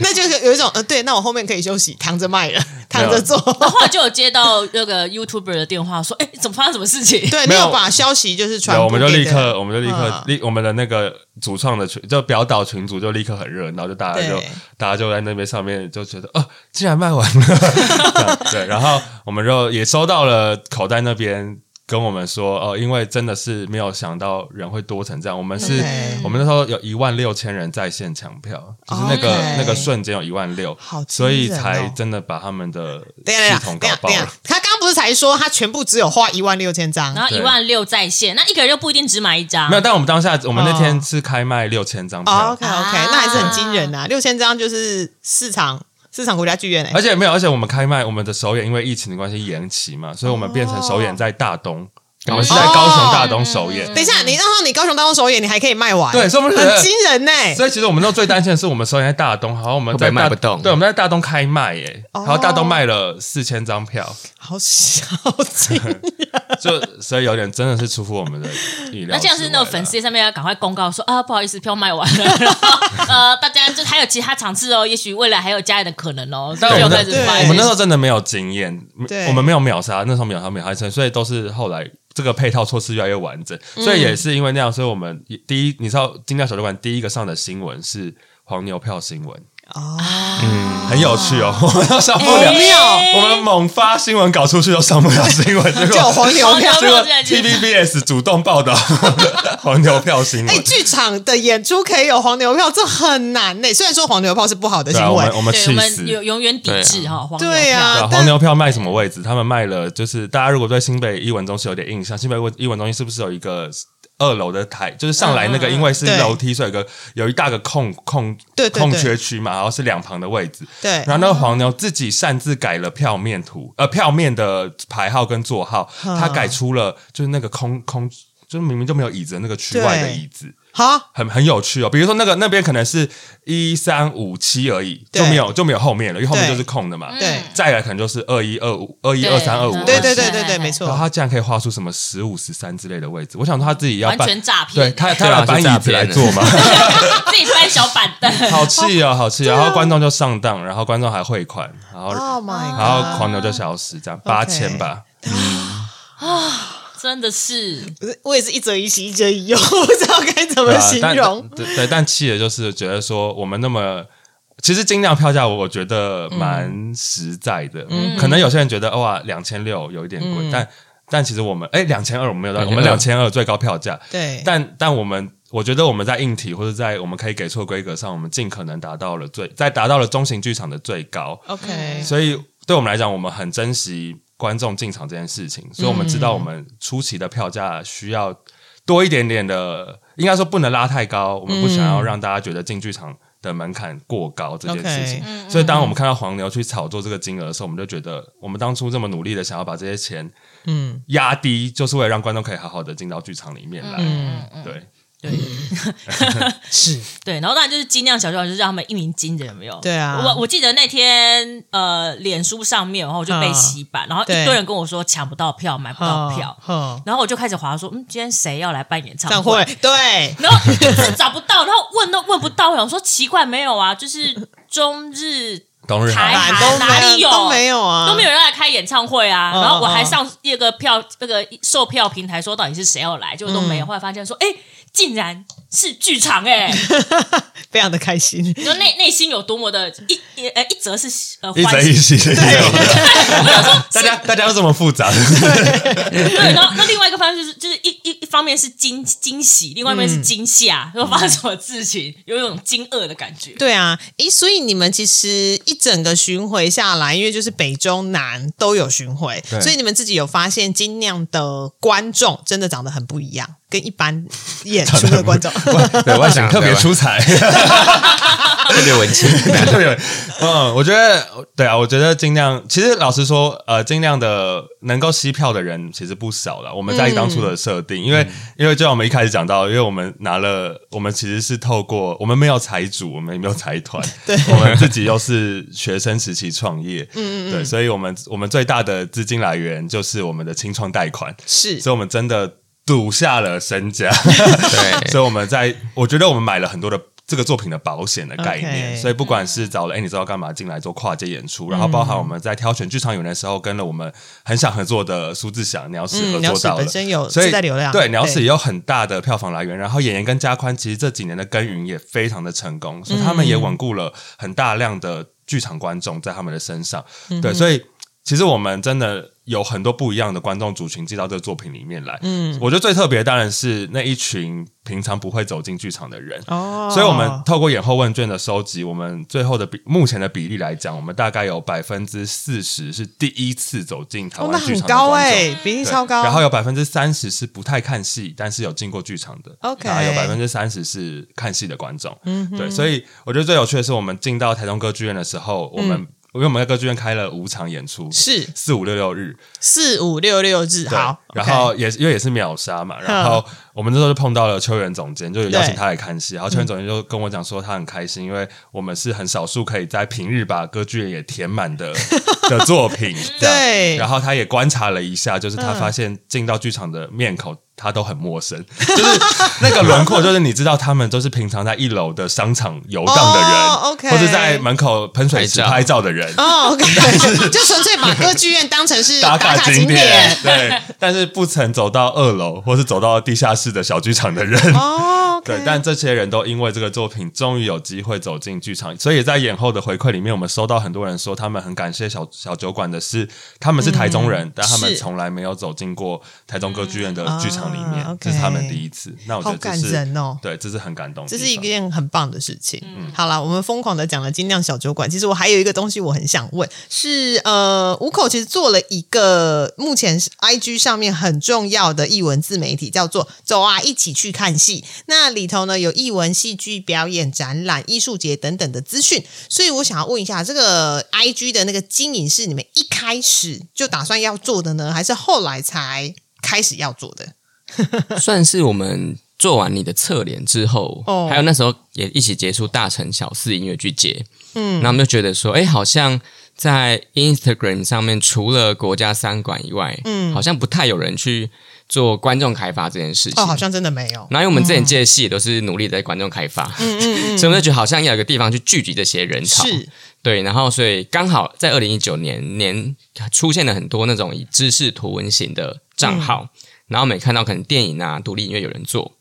S2: 那就是有一种呃，对，那我后面可以休息，躺着卖 了，躺着做。
S4: 然后后来就有接到那个 YouTuber 的电话，说：“哎，怎么发生什么事情？”
S2: 对，
S1: 没
S2: 没
S1: 有
S2: 有把消息就是传
S1: 然
S2: 播
S1: 后我们就
S2: 给
S1: 立
S2: 别人
S1: 刻，我们就立刻
S2: 嗯，
S1: 立、我们的那个主创的群，就表导群组就立刻很热闹，就大家就
S2: 对
S1: 大家就在那边上面就觉得哦，竟然卖完 了这样，对，然后我们就也收到了口袋那边。跟我们说哦，因为真的是没有想到人会多成这样。我们是
S2: OK
S1: 我们那时候有一万六千人在线抢票，就是那个
S2: OK
S1: 那个瞬间有一万六
S2: 好，惊
S1: 所以
S2: 人哦
S1: 才真的把他们的
S2: 等一下
S1: 系
S2: 等
S1: 统
S2: 一
S1: 搞
S2: 下等一下
S1: 爆
S2: 等一
S1: 了
S2: 下。，他刚刚不是才说他全部只有花一万六千张
S4: 然后一万六在线，那一个人又不一定只买一张
S1: 没。有，但我们当下我们那天
S2: 哦
S1: 是开卖六千张票，
S2: ？OK OK，
S4: 啊
S2: 哦那还是很惊人啊，六千张就是市场市场国家剧院哎
S1: 而，且没有，而且我们开卖，我们的首演因为疫情的关系延期嘛，所以我们变成首演在大东，
S3: 哦
S1: 我们是在高雄大东首
S4: 嗯
S1: 演。
S2: 等一下你然后你高雄当中首演，你还可以卖完，
S1: 对所以我们就觉得
S2: 很惊人欸呢。
S1: 所以其实我们都最担心的是，我们首演在大东，然后我们在
S3: 会不会
S1: 大
S3: 卖不动
S1: 对，我们在大东开卖耶，
S2: 哦
S1: 然后大东卖了四千张票，
S2: 好小气，
S1: 就所以有点真的是出乎我们的意料。
S4: 那这样是那种粉丝，上面要赶快公告说啊，不好意思，票卖完 了。然后呃，大家就还有其他场次哦，也许未来还有加演的可能哦。
S1: 但
S4: 就
S1: 我们
S4: 开始
S2: 对
S4: 卖
S1: 我们那时候真的没有经验
S2: 对，
S1: 我们没有秒杀，那时候秒杀秒杀生，所以都是后来这个配套措施越来越完整，所
S4: 嗯
S1: 以也是因为那样，所以我们第一，你知道金匠小酒馆第一个上的新闻是黄牛票新闻
S2: 哦，
S1: 啊很有趣哦， 我们都上不了，
S4: 哎
S1: 我们猛发新闻稿出去都上不了新 闻，结
S2: 就有
S1: 果
S2: 黄牛票。
S1: 结果
S4: 黄牛票进来
S1: TVBS 主动报道 黄牛票新
S2: 哎，
S1: 闻。
S2: 剧场的演出可以有黄牛票，这很难欸呢。虽然说黄牛票是不好的
S1: 对
S2: 行
S1: 啊，我
S2: 为
S1: 们，我们
S4: 对，我
S1: 气
S4: 们
S1: 死，
S4: 永永远抵制哈，黄牛票
S2: 对啊
S1: 对啊，
S2: 但
S1: 黄牛票卖什么位置？他们卖了，就是大家如果对新北艺文中心有点印象，新北艺文中心是不是有一个二楼的台，就是上来那个，
S4: 嗯嗯嗯
S1: 因为是
S2: 对
S1: 楼梯，所以有一个有一大个空空
S2: 对对对
S1: 空缺区嘛，然后是两旁的位置。
S2: 对
S1: 然后那个黄牛自己擅自改了票面图，呃，票面的牌号跟座号，
S2: 嗯
S1: 他改出了就是那个空空，就是明明就没有椅子的那个区外的
S2: 对
S1: 椅子。
S2: 好，
S1: 很很有趣哦。比如说那个那边可能是一三五七而已，
S2: 对
S1: 就没有就没有后面了，因为后面
S2: 对
S1: 就是空的
S4: 嗯
S1: 嘛。
S2: 对
S1: 再来可能就是二一二五、二一二三、二五，
S2: 对
S4: 对嗯
S2: 对对
S4: 对
S2: 对对，
S4: 对
S2: 没
S1: 然后
S2: 错，
S1: 他竟然可以画出什么十五、十三之类的位置，我想说他自己要
S4: 完
S1: 搬，
S4: 全诈骗，
S1: 对他他
S3: 对啊
S1: 要搬
S3: 是诈
S1: 椅子来
S3: 骗的
S1: 坐嘛，
S4: 自己搬小板凳，
S1: 好气哦，好气哦！然后观众就上当，然后观众还汇款，然后
S2: Oh my
S1: 然后狂牛就消失，这样八千吧，
S4: 真的是
S2: 不是我也是一则一喜，一则一忧， 我不知道该怎
S1: 对
S2: 么
S1: 啊
S2: 形
S1: 但
S2: 容。
S1: 对对，但气的就是觉得说我们那么。其实精酿票价，我觉得蛮实在的。可能有些人觉得哇，两千六有一点贵，但但其实我们哎，两千二我们没有到，我们两千二最高票价，
S2: 对，
S1: 但但我们我觉得我们在硬体或者在我们可以给出的规格上，我们尽可能达到了最，在达到了中型剧场的最高，
S2: OK，
S1: 所以对我们来讲，我们很珍惜观众进场这件事情，所以我们知道我们初期的票价需要多一点点的，应该说不能拉太高，我们不想要让大家觉得进剧场。的门槛过高这件事
S2: OK
S1: 情，所以当我们看到黄牛去炒作这个金额的时候，我们就觉得我们当初这么努力的想要把这些钱
S2: 嗯，
S1: 压低，就是为了让观众可以好好的进到剧场里面
S2: 嗯
S1: 来。对，
S2: 是
S4: 对，然后当然就是精酿小酒馆，就是让他们一鸣惊人，有没有？
S2: 对啊
S4: 我我记得那天呃，脸书上面，然后我就被洗版，然后一
S2: 嗯对嗯
S4: 堆人跟我说抢不到票，买不到票，然后我就开始划说，嗯，今天谁要来办演唱
S2: 散会，对，
S4: 然后 就是找不到，然后问都问不到，我想说奇怪，没有啊，就是中日
S1: 董事长，
S4: 台
S2: 版
S4: 韩
S2: 都
S4: 哪
S2: 没
S4: 里有
S2: 都没有啊，
S4: 都没有人要来开演唱会啊。
S2: 嗯
S4: 然后我还
S2: 嗯
S4: 上那个票那个售票平台说到底是谁要来，结果都
S2: 嗯
S4: 没有。后来发现说，哎，竟然是剧 场哎、
S2: 非常的开心。
S4: 你说内内心有多么的一一呃一则是呃
S1: 一
S4: 欢
S1: 贼一
S4: 喜，
S1: 喜， 大家大家都这么复 杂，
S4: 对，然后那另外一个方面就是就是一一一方面是惊惊喜，另外一面是惊吓，
S2: 嗯
S4: 说、发生什么事情，有一种惊愕的感觉。
S2: 对啊，诶，所以你们其实一整个巡回下来，因为就是北中南都有巡回，
S1: 对
S2: 所以你们自己有发现精酿的观众真的长得很不一样，跟一般演出的 观众。
S1: 对，外想特别出彩，
S3: 特别文青，
S1: 特别， 嗯，我觉得对啊，我觉得尽量，其实老实说，呃，尽量的能够吸票的人其实不少了。我们在意当初的设定，因为因为就像我们一开始讲到，因为我们拿了，我们其实是透过我们没有财主，我们也没有财团， 对，我们自己又是学生时期创业，嗯嗯，对，所以我们我们最大的资金来源就是我们的清创贷款，
S2: 是
S1: 所以我们真的赌下了身家，
S3: 对，
S1: 所以我们在我觉得我们买了很多的这个作品的保险的概念
S2: OK 嗯
S1: 所以不管是找了哎、诶你知道干嘛进来做跨界演出，然后包含我们在挑选剧场演员的时候，跟了我们很想合作的苏志祥、鸟屎合
S2: 嗯鸟
S1: 作
S2: 屎
S1: 到了，
S2: 本身有
S1: 所以
S2: 自带流量
S1: 对
S2: 对
S1: 鸟屎也有很大的票房来源。然后演员跟加宽其实这几年的耕耘也非常的成功，所以他们也稳固了很大量的剧场观众在他们的身上，
S2: 嗯
S1: 对，所以。其实我们真的有很多不一样的观众族群进到这个作品里面来。嗯，我觉得最特别当然是那一群平常不会走进剧场的人。
S2: 哦
S1: 所以，我们透过演后问卷的收集，我们最后的比目前的比例来讲，我们大概有百分之四十是第一次走进台
S2: 哦，
S1: 湾
S2: 那
S1: 剧
S2: 很
S1: 场的
S2: 高
S1: 观众，
S2: 哎、比例
S1: 对
S2: 超高。
S1: 然后有百分之三十是不太看戏，但是有进过剧场的。
S2: OK
S1: 大概有百分之三十是看戏的观众。嗯，对，所以我觉得最有趣的是，我们进到台中歌剧院的时候，我们、因为我们在歌剧院开了五场演出，
S2: 嗯是
S1: 四五六六日，
S2: 四五六六日，
S1: 对
S2: 好，嗯
S1: 然后也是因为也是秒杀嘛，然后我们那时候就碰到了邱元总监，就有邀请他来看戏，然后
S2: 嗯
S1: 邱元总监就跟我讲说他很开心，因为我们是很少数可以在平日把歌剧也填满 的的作品，这样
S2: 对嗯
S1: 然后他也观察了一下，就是他发现进到剧场的面孔。他都很陌生，就是那个轮廓，就是你知道他们都是平常在一楼的商场游荡的人，
S2: 哦，OK
S1: 或者在门口喷水池
S3: 拍照
S1: 拍照的人，
S2: 哦，OK，就 纯粹把歌剧院当成是
S1: 打
S2: 卡
S1: 卡景
S2: 景
S1: 点，对，但是不曾走到二楼或是走到地下室的小剧场的人，
S2: 哦 OK
S1: 对，但这些人都因为这个作品，终于有机会走进剧场，所以在演后的回馈里面，我们收到很多人说，他们很感谢小小酒馆的是，他们是台中人，但他们
S2: 嗯是
S1: 从来没有走进过台中歌剧院的剧场里面，
S2: 啊，OK
S1: 这是他们第一次。那我觉得
S2: 好
S1: 这
S2: 感
S1: 是
S2: 人哦
S1: 对，这是很感动的地
S2: 这
S1: 方，嗯
S2: 是一件很棒的事情。嗯好啦，我们疯狂的讲了精酿小酒馆，其实我还有一个东西我很想问，是呃，五口其实做了一个目前是 IG 上面很重要的译文自媒体，叫做“走啊，一起去看戏”。那里头呢有译文、戏剧表演、展览、艺术节等等的资讯，所以我想要问一下，这个 IG 的那个经营是你们一开始就打算要做的呢，还是后来才开始要做的？
S3: 算是我们做完你的侧脸之后，
S2: 哦
S3: 还有那时候也一起结束大城小四音乐剧节，嗯，然后我们就觉得说，哎，好像在 Instagram 上面，除了国家三馆以外，嗯，好像不太有人去做观众开发这件事情，
S2: 哦，好像真的没有。
S3: 然后因为我们之前借戏也都是努力在观众开发， 所以我们就觉得好像要有一个地方去聚集这些人潮，
S2: 是
S3: 对。然后所以刚好在二零一九年年出现了很多那种以知识图文型的账号，然后我们也看到可能电影啊、独立音乐有人做，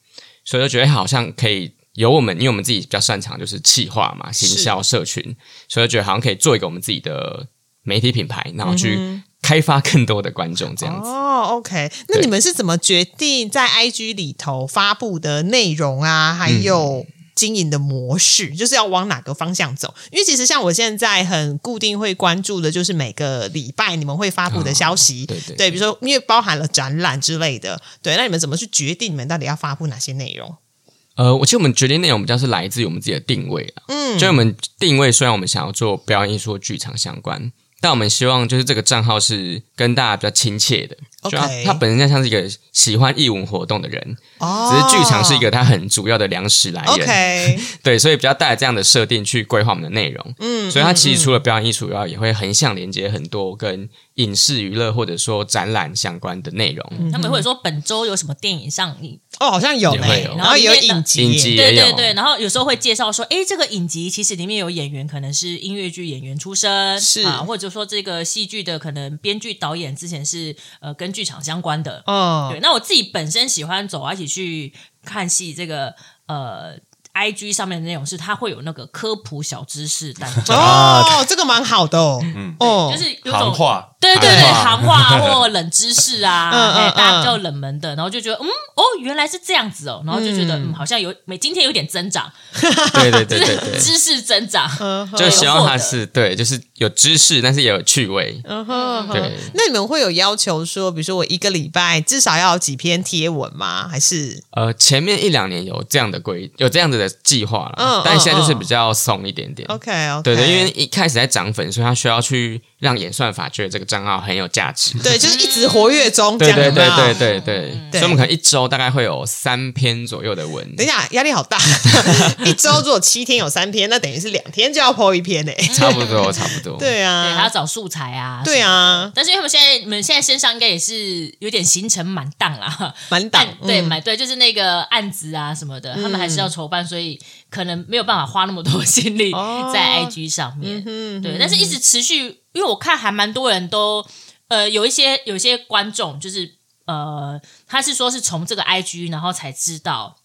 S3: 所以就觉得哎好像可以有我们，因为我们自己比较擅长就是企划嘛、行销、社群，所以就觉得好像可以做一个我们自己的媒体品牌，然后去开发更多的观众这样子。
S2: 哦，OK，那
S3: 对
S2: 你们是怎么决定在 IG 里头发布的内容
S3: 嗯
S2: 啊，还有经营的模式，就是要往哪个方向走？因为其实像我现在很固定会关注的，就是每个礼拜你们会发布的消息，
S3: 哦对对
S2: 比如说因为包含了展览之类的，对，那你们怎么去决定你们到底要发布哪些内容？
S3: 呃，我其实我们决定内容比较是来自于我们自己的定位啊。嗯，就我们定位，虽然我们想要做表演艺术、剧场相关，但我们希望就是这个账号是跟大家比较亲切的。就他
S2: OK
S3: 他本身像是一个喜欢艺文活动的人，只
S2: 哦，
S3: 是剧场是一个他很主要的粮食来源。
S2: OK，
S3: 对，所以比较带着这样的设定去规划我们的内容。嗯，所以它其实除了表演艺术以外，也会横向连接很多跟影视娱乐或者说展览相关的内容。
S2: 嗯
S4: 他们会说本周有什么电影上映，
S2: 哦，好像有呢、
S3: 也会有
S2: 然后有影集耶，
S3: 影集也
S4: 对
S3: 有
S4: 对对，然后有时候会介绍说，诶，这个影集其实里面有演员可能是音乐剧演员出身，
S2: 是
S4: 啊，或者说这个戏剧的可能编剧导演之前是呃跟剧场相关的。
S2: 嗯
S4: 对，，那我自己本身喜欢走啊一起去看戏，这个呃。I G 上面的内容是它会有那个科普小知识单元，
S3: 啊
S2: 哦，这个蛮好的哦，嗯，哦，
S4: 就是有
S1: 行
S4: 种
S1: 话，
S4: 对对对，
S3: 行
S4: 行话啊或冷知识啊，
S2: 嗯
S4: 哎
S2: 嗯
S4: 大家
S2: 嗯
S4: 比较冷门的，然后就觉得嗯哦，原来是这样子哦，然后就觉得嗯好像有每今天有点增长，
S3: 对对对对
S4: 就是
S3: 对。
S4: 知识增长，
S3: 就希望它是对，就是有知识，但是也有趣味。
S2: 嗯哼，
S3: 对
S2: 嗯哼那你们会有要求说，比如说我一个礼拜至少要有几篇贴文吗？还是
S3: 呃，前面一两年有这样的规，有这样子的计划了，
S2: 嗯
S3: 但现在就是
S2: 嗯嗯
S3: 比较松一点点。
S2: OK OK？
S3: 嗯对对，因为一开始在涨粉，所以它需要去让演算法觉得这个账号很有价值。
S2: 对，就是一直活跃中，这
S3: 对
S2: 样
S3: 对
S2: 有没
S3: 对
S2: 有
S3: 对对对，
S2: 对
S3: 所以我们可能一周大概会有三篇左右的文。
S2: 等一下，压力好大。一周如果七天有三篇，那等于是两天就要 po 一 篇呢、
S3: 差不多，差不 多。，
S2: 对
S4: 对，还要
S2: 啊，
S4: 找素材啊，
S2: 对啊，
S4: 但是因为他们现在，你们现在身上应该也是有点行程满档啦，
S2: 满档
S4: 案对，
S2: 嗯
S4: 满对，就是那个案子啊什么的，他们还是要筹办，所以可能没有办法花那么多心力
S2: 哦嗯
S4: 在 IG 上面。对，但是一直持续，因为我看还蛮多人都，呃，有一些有一些观众就是。呃，他是说是从这个 IG，然后才知道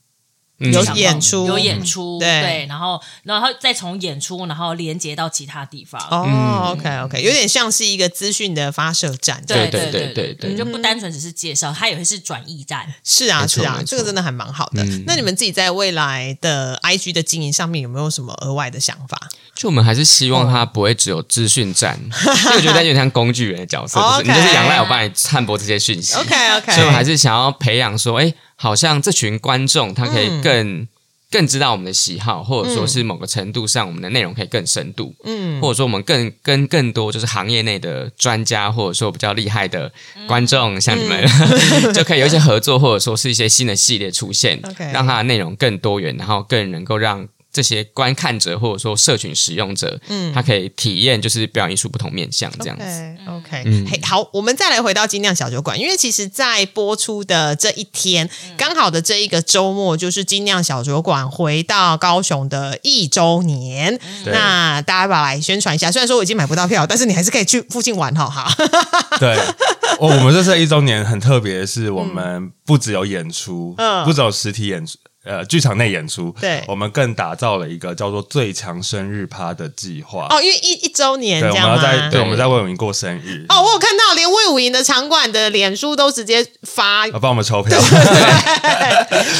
S3: 嗯
S2: 有
S4: 想
S2: 演
S4: 到
S2: 出
S4: 有演出，
S2: 对
S4: 对，然后然后再从演出，然后连接到其他地方，
S3: 嗯
S2: 哦，OK OK，有点像是一个资讯的发射站。
S4: 对
S3: 对
S4: 对
S3: 对对
S4: 就不单纯只是介绍，它也是转驿站。
S2: 是啊
S3: 没
S2: 是
S3: 错
S2: 啊
S3: 没，错嗯
S2: 这个真的还蛮好的。那你们自己在未来的 IG 的经营上面有没有什么额外的想 法？
S3: 就我们还是希
S2: 哦
S3: 望它不会只有资 讯站，因为我觉得它有点像工具人的角色，就是你就是仰赖我帮你散播这些讯息。
S2: 哦 OK OK，
S3: 所以我还是想要培养说，哎，好像这群观众他可以更、更知道我们的喜好，或者说是某个程度上我们的内容可以更深度，嗯，或者说我们更跟更多就是行业内的专家或者说比较厉害的观众，像你们、 就可以有一些合作，或者说是一些新的系列出现
S2: OK
S3: 让它的内容更多元，然后更能够让。这些观看者或者说社群使用者，嗯，他可以体验就是表演艺术不同面向这样子。
S2: OK，, o k
S1: 嗯
S2: 嘿，好，我们再来回到精酿小酒馆，因为其实，在播出的这一天，刚好的这一个周末，就是精酿小酒馆回到高雄的一周年。
S1: 对
S2: 那大家把来宣传一下，虽然说我已经买不到票，但是你还是可以去附近玩哈。哈，
S1: 对，哦我我们这次一周年很特别，是我们不只有演出，
S2: 嗯
S1: 不只有实体演出。呃剧场内演出，
S2: 对
S1: 我们更打造了一个叫做“最强生日趴”的计划。
S2: 哦，因为一一周年
S1: 对，
S2: 这
S1: 我们
S2: 样
S1: 要
S2: 吗？
S1: 在对
S3: 对
S1: 我们在魏武营过生日，
S2: 哦，我有看到，连魏武营的场馆的脸书都直接 发
S1: 要帮啊我们 筹票，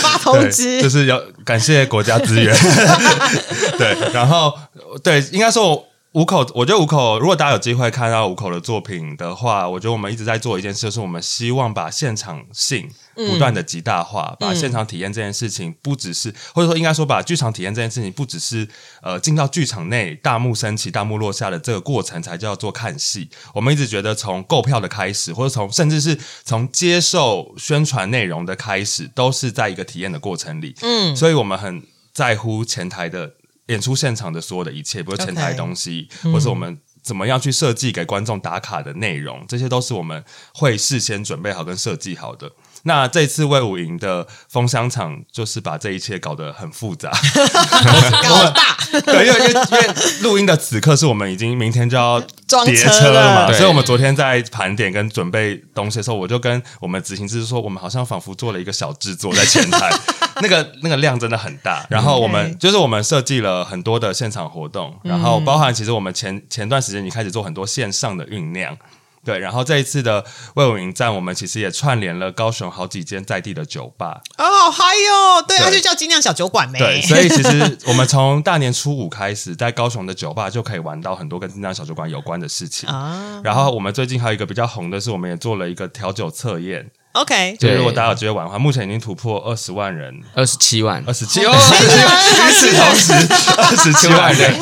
S2: 发
S1: 对
S2: 通，知，
S1: 就是要感谢国家资源。 对，然后对，应该说我。五口，我觉得五口，如果大家有机会看到五口的作品的话，我觉得我们一直在做一件事，就是我们希望把现场性不断的极大化，把现场体验这件事情不只是，或者说应该说把剧场体验这件事情不只是呃进到剧场内大幕升起、大幕落下的这个过程才叫做看戏。我们一直觉得从购票的开始，或者从甚至是从接受宣传内容的开始，都是在一个体验的过程里。嗯，所以我们很在乎前台的演出现场的所有的一切，比如前台
S2: OK
S1: 东西或是我们怎么样去设计给观众打卡的内容，这些都是我们会事先准备好跟设计好的。那这次魏武营的封箱场就是把这一切搞得很复杂，
S2: 搞大，
S1: 对，因为因为因为录音的此刻是我们已经明天就要
S2: 装
S1: 叠
S2: 车
S1: 车了
S2: 了
S1: 嘛，
S3: 对
S1: 所以我们昨天在盘点跟准备东西的时候，我就跟我们执行制说，我们好像仿佛做了一个小制作在前 台，那个那个量真的很大。然后我们
S2: OK
S1: 就是我们设计了很多的现场活动，
S2: 嗯
S1: 然后包含其实我们前前段时间已经开始做很多线上的酝酿。对，然后这一次的魏武营站，我们其实也串联了高雄好几间在地的酒吧，
S2: 哦，还有，对，
S1: 对
S2: 它就叫精酿小酒馆呗。
S1: 对，所以其实我们从大年初五开始，在高雄的酒吧就可以玩到很多跟金江小酒馆有关的事情。
S2: 啊
S1: 然后我们最近还有一个比较红的是，我们也做了一个调酒测验，
S2: ，OK，
S1: 就
S3: 对
S1: 是如果大家有机会玩的话，目前已经突破二十万人，
S3: 二十七万，
S1: 二十七，哦，与此同时，二十七万人，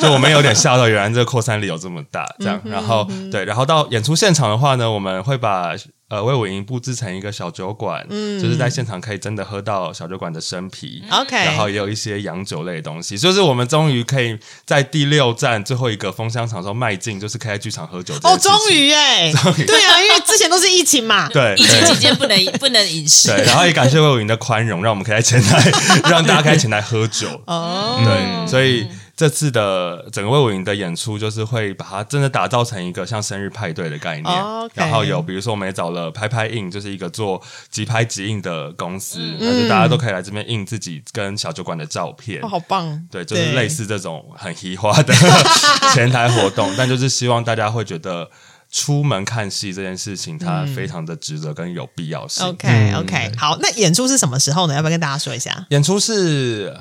S1: 就我们有点吓到，原来这个扩散力有这么大，这样。然后对，然后到演出现场的话呢，我们会把呃魏武营布置成一个小酒馆，就是在现场可以真的喝到小酒馆的生啤。
S2: OK
S1: 然后也有一些洋酒类的东西，就是我们终于可以在第六站最后一个封箱场的时候迈进，就是可以在剧场喝酒这件
S2: 哦，
S1: 事情。
S2: 终 于哎，对啊，因为之前都是疫情嘛，
S1: 对，
S4: 疫情期间不能不能饮食，
S1: 对，然后也感谢魏武营的宽容，让我们可以在前 台，让大家可以在前台喝酒。
S2: 哦，
S1: 对，所以这次的整个魏武营的演出，就是会把它真的打造成一个像生日派对的概念。
S2: 哦，OK
S1: 然后有比如说我们也找了拍拍印，就是一个做即拍即印的公司，
S2: 嗯
S1: 那就大家都可以来这边印自己跟小酒馆的照片。
S2: 哦，好棒，
S1: 对，就是类似这种很移花的 前台活动，但就是希望大家会觉得出门看戏这件事情，它非常的值得跟有必要性。
S2: 嗯，OK OK，好，那演出是什么时候呢？要不要跟大家说一下？
S1: 演出是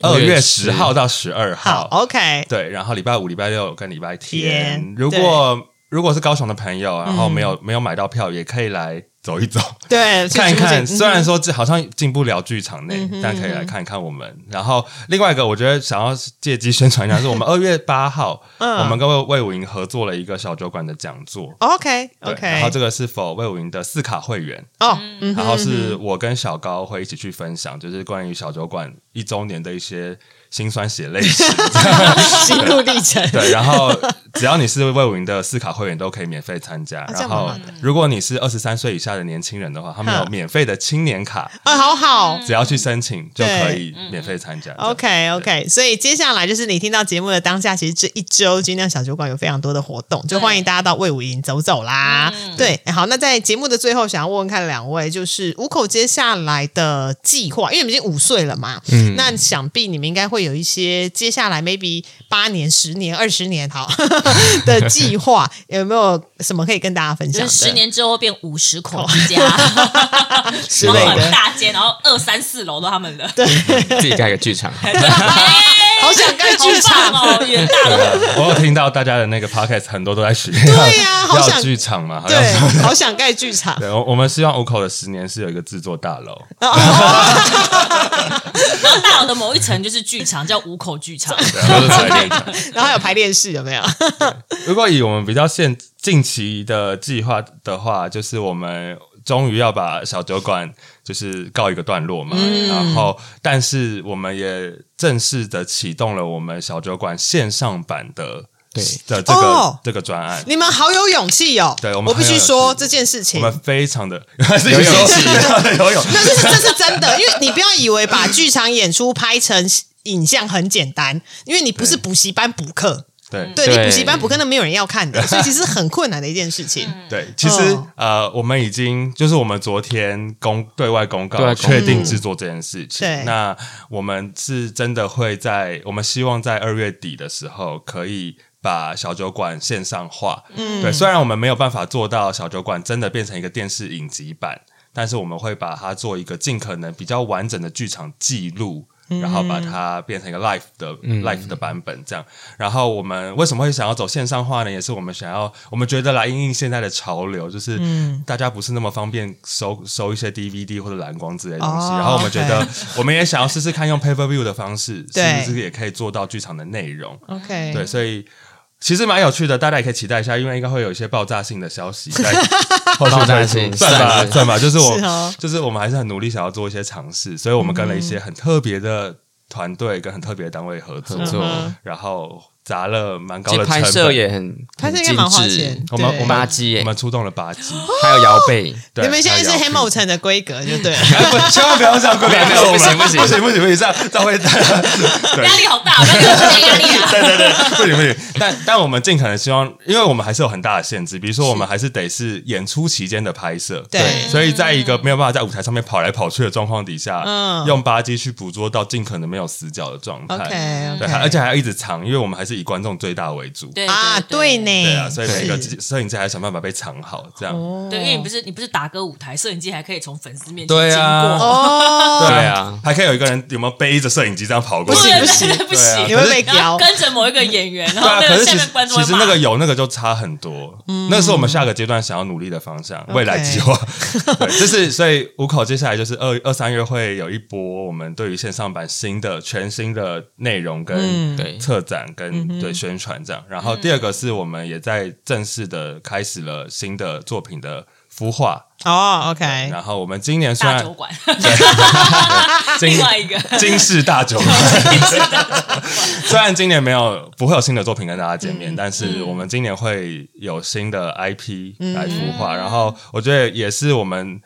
S1: 二月十号到十二
S2: 好
S1: 号，
S2: ，OK，
S1: 对，然后礼拜五、礼拜六跟礼拜天
S2: 天，嗯
S1: 如果如果是高雄的朋友，然后没有、没有买到票，也可以来走一走。
S2: 对，
S1: 看一看，
S2: 去
S1: 虽然说这好像进不了剧场
S2: 嗯
S1: 内，但可以来看一看我们。然后另外一个，我觉得想要借机宣传一下，是我们二月八号，
S2: 嗯
S1: 我们跟魏魏武营合作了一个小酒馆的讲座。
S2: OK
S1: 对
S2: OK，
S1: 然后这个是否魏武营的四卡会员，
S2: 哦，嗯
S1: 然后是我跟小高会一起去分享，就是关于小酒馆一周年的一些辛酸血泪 史。
S2: 心路历程，
S1: 对，然后只要你是魏武营的四卡会员，都可以免费参加。
S2: 啊这
S1: 然
S2: 样蛮
S1: 后
S2: 好的，
S1: 如果你是二十三岁以下的年轻人的话，他们有
S2: 哈
S1: 免费的青年卡，
S2: 啊，好好，
S1: 只要去申请就可以免费参加。
S2: 嗯 OK OK，所以接下来就是你听到节目的当下，其实这一周精酿小酒馆有非常多的活动，就欢迎大家到魏武营走走啦。
S4: 嗯
S2: 对，好，那在节目的最后，想要问问看两位，就是五口接下来的计划，因为你们已经五岁了嘛，嗯，那想必你们应该会有一些接下来 maybe 八年、十年、二十年好 的计划，有没有什么可以跟大家分享
S4: 就
S2: 的？
S4: 是十年之后变五十口之家， 然
S2: 类
S4: 后
S2: 的
S4: 很大间，然后二三四楼都 他们的，对，
S3: 自己盖个剧场，
S2: 好想盖剧
S4: 好
S2: 场。
S4: 棒哦，远大
S1: 对
S4: 的。
S1: 我有听到大家的那个 podcast 很多都在学，
S2: 对呀好
S1: 要
S2: 想
S1: 剧场嘛，好像
S2: 对
S1: 是。，
S2: 好想盖剧场。
S1: 对，我我们希望五口的十年是有一个制作大楼，
S4: 然后大楼的某一层就是剧场，叫五口剧场。
S1: 对啊都是排练场。
S2: 然后还有排练室，有没有？
S1: 如果以我们比较现近期的计划的话，就是我们终于要把小酒馆就是告一个段落嘛，
S2: 嗯
S1: 然后但是我们也正式的启动了我们小酒馆线上版的
S3: 对
S1: 的这个、
S2: 哦
S1: 这个专案。
S2: 你们好有勇气哦！
S1: 对我们
S2: 必须
S1: 很有
S2: 说
S1: 勇气
S2: 这件事情
S1: 我，们非常的 有勇气， 有勇气
S2: 那这是这是真的，因为你不要以为把剧场演出拍成影像很简单，因为你不是补习班补课。
S1: 嗯对
S2: 对你
S3: 对
S2: 补习班补根本没有人要看的，所以其实是很困难的一件事情。
S4: 嗯
S1: 对，其实、
S3: 嗯
S2: 哦
S1: 呃，我们已经就是我们昨天公对外公
S3: 对
S1: 告
S3: 外公嗯
S1: 确定制作这件事情。
S2: 对
S1: 那我们是真的会在我们希望在二月底的时候可以。把小酒馆线上化，嗯，对，虽然我们没有办法做到小酒馆真的变成一个电视影集版，但是我们会把它做一个尽可能比较完整的剧场记录，
S2: 嗯
S1: 然后把它变成一个 live 的、live 的版本这样。然后我们为什么会想要走线上化呢？也是我们想要，我们觉得来应应现在的潮流，就是
S2: 嗯
S1: 大家不是那么方便收收一些 DVD 或者蓝光之类的东西。
S2: 哦
S1: 然后我们觉得
S2: OK，
S1: 我们也想要试试看用 pay per view 的方式，
S2: 对
S1: 是不是也可以做到剧场的内容？
S2: OK，
S1: 对，所以。其实蛮有趣的，大家也可以期待一下，因为应该会有一些爆炸性的消息在后续
S3: 爆炸
S1: 推出
S3: 性
S1: 算吧
S3: 算是
S1: 算吧，就是我
S2: 是哦
S1: 就是我们还是很努力想要做一些尝试，所以我们跟了一些很特别的团队跟很特别的单位合作，
S3: 合作
S2: 嗯
S1: 然后砸了蛮高
S3: 其
S1: 的
S3: 实
S1: 成
S3: 拍
S1: 本。
S3: 摄也很
S2: 拍摄
S3: 很
S2: 应该蛮花钱
S3: 精致
S1: 我们
S2: 对
S1: 我
S3: 八
S1: 们
S3: 鸡耶
S1: 我们出动了八级。
S3: 还有摇 背，
S1: 对
S2: 你们现在是
S1: 还有
S2: Hamilton 的规格就对了。
S1: 哎不千万不要这样，不要这样，
S3: 不行不行
S1: 不行不行不行，这样这样会对
S4: 压力好大，我哦要给我自己压力啊！
S1: 对对对，不行不行。但但我们尽可能希望，因为我们还是有很大的限制，比如说我们还是得是演出期间的拍摄，
S2: 对
S1: 所以在一个没有办法在舞台上面跑来跑去的状况底下，
S2: 嗯
S1: 用吧唧去捕捉到尽可能没有死角的状态。
S2: OK，
S1: 对，还而且还要一直藏，因为我们还是以观众最大为主。
S4: 对
S2: 啊，对呢，
S1: 对啊，所以每个
S2: 是
S1: 摄影师还要想办法被藏好，这样。
S2: 哦
S4: 对，因为你不是你不是打歌舞台，摄影机还可以从粉丝面前
S1: 对啊
S4: 经过
S2: 哦，
S3: 对啊，
S1: 还可以有一个人有没有背着摄影机这样跑过
S2: 不
S1: 去？
S2: 行
S4: 对
S2: 不行
S4: 对对 不
S1: 对啊
S4: 行，
S2: 你会被
S4: 然后
S2: 叼。
S4: 跟着某一个演员，然
S1: 对啊，
S4: 后那
S1: 可
S4: 个
S1: 是
S4: 下
S1: 其
S4: 面
S1: 实
S4: 观众
S1: 其
S4: 会
S1: 实
S4: 骂嗯
S1: 那个有那个就差很多，那是我们下个阶段想要努力的方向，未来计划。 对，就是所以五口接下来就是二二三月会有一波我们对于线上版新的全新的内容跟
S4: 嗯
S3: 对
S1: 策展跟对宣传这样，然后第二个是我们也在正式的开始了新的作品的孵化，
S2: 哦，OK，
S1: 然后我们今年虽
S4: 哎大
S1: 然
S4: 酒馆，
S1: 今
S4: 另外一 个
S1: 金氏大酒馆。虽然今年没有不会有新的作品跟大家见面，但是我们今年会有新的 IP 来孵化，然后我觉得也是我们。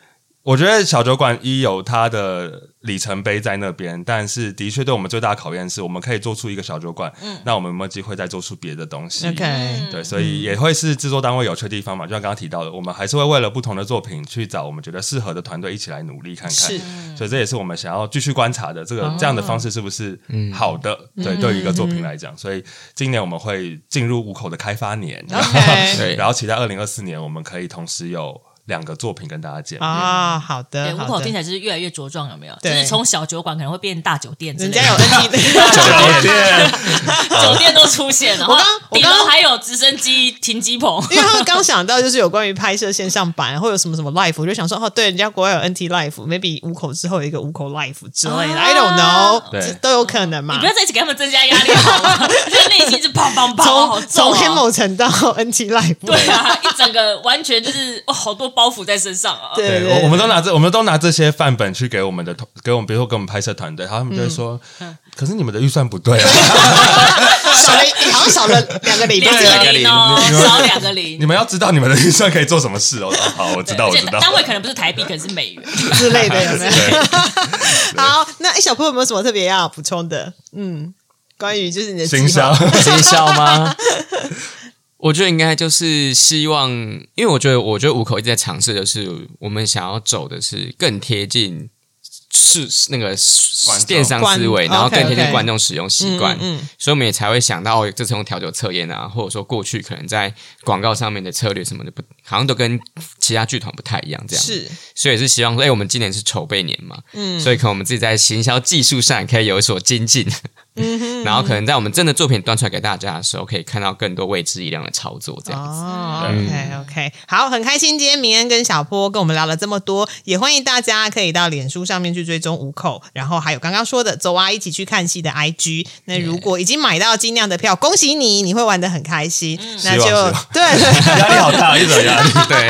S1: 我觉得小酒馆一有它的里程碑在那边，但是的确对我们最大的考验是，我们可以做出一个小酒馆，那我们有没有机会再做出别的东西
S2: OK 嗯
S1: 对，所以也会是制作单位有趣的地方嘛，就像刚刚提到的，我们还是会为了不同的作品去找我们觉得适合的团队一起来努力看看。
S2: 是
S1: 所以这也是我们想要继续观察的，这个、这样的方式是不是好的？对，
S2: 嗯
S1: 对于一个作品来讲，所以今年我们会进入五口的开发年，然后
S2: OK，
S3: 对
S1: 然后期待二零二四年我们可以同时有两个作品跟大家见面。
S2: 啊，好
S4: 对
S2: 的，
S4: 五
S2: 好
S4: 口听起
S2: 的，
S4: 来就是越来越茁壮，有没有？就
S2: 对
S4: 是从小酒馆可能会变大酒店之
S2: 人
S4: 类的，
S2: 家有 NT，
S1: 酒店，
S4: 酒店都出现，然后
S2: 我刚我
S4: 顶
S2: 刚
S4: 楼还有直升机停 机棚，
S2: 因为他们刚想到就是有关于拍摄线上版或有什么什么 life，我就想说哦，对，人家国外有 NT life，maybe 五口之后有一个五口 life 之类的、
S4: 啊
S2: i don't know，
S1: 对
S2: 这都有可能
S4: 你
S2: 嘛
S4: 不。要再一直给他们增加压力好 吗？就是内心是砰砰砰，好
S2: 从从
S4: 重哦。
S2: Hamilton 到 NT life，
S4: 对啊，一整个完全就是哇，好多包袱在身上啊。
S2: 对
S1: 对，我我们都拿这，我们都拿这些范本去给我们的同，给我们，比如说给我们拍摄团队，然后他们就会说，
S2: 嗯
S1: 可是你们的预算不对啊，
S2: 少了好像少了两个礼拜
S4: 两。个零哦，
S1: 对啊
S4: 少两个零
S1: 你。们要知道你们的预算可以做什么事哦。哦好，我知
S4: 对
S1: 道，
S4: 而
S1: 我
S4: 且
S1: 知道。
S4: 单位可能不是台币，可能是美元。
S2: 之类的，有没有
S1: 对？
S2: 好，那哎，小朋友有没有什么特别要补充的？嗯，关于就是你的计划
S1: 行 销，
S3: 行销吗？ 我觉得应该就是希望，因为我觉得，我觉得五口一直在尝试的是，我们想要走的是更贴近是那个
S1: 观众
S3: 电商思维，
S2: 观
S3: 然后更贴
S2: OK，OK
S3: 近观众使用习惯，
S2: 嗯嗯嗯
S3: 所以我们也才会想到，哦，这次用调酒测验啊，或者说过去可能在广告上面的策略什么的不，好像都跟其他剧团不太一样，这样
S2: 是
S3: 所以也是希望说，哎、我们今年是筹备年嘛，嗯，所以可能我们自己在行销技术上也可以有所精进， 然后可能在我们真的作品端出来给大家的时候，可以看到更多未知一量的操作，这样子。
S2: 哦，OK OK，好，很开心今天明恩跟小坡跟我们聊了这么多，也欢迎大家可以到脸书上面去追踪五口，然后还有刚刚说的走啊一起去看戏的 IG。那如果已经买到精酿的票，恭喜你，你会玩的很开心。那就
S1: 希望希望
S2: 对 对。
S1: 压力好大，一种压力。
S3: 对，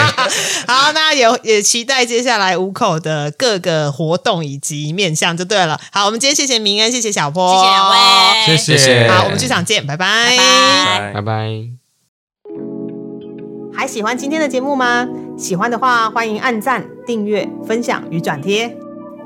S2: 好，那也也期待接下来五口的各个活动以及面向就对了。好，我们今天谢谢明恩，谢谢小坡，
S4: 谢谢两。位，
S1: 谢谢，
S2: 好，我们剧场见，拜拜。
S4: 拜
S1: 拜
S3: 拜拜。
S2: 还喜欢今天的节目吗？喜欢的话，欢迎按赞、订阅、分享与转贴。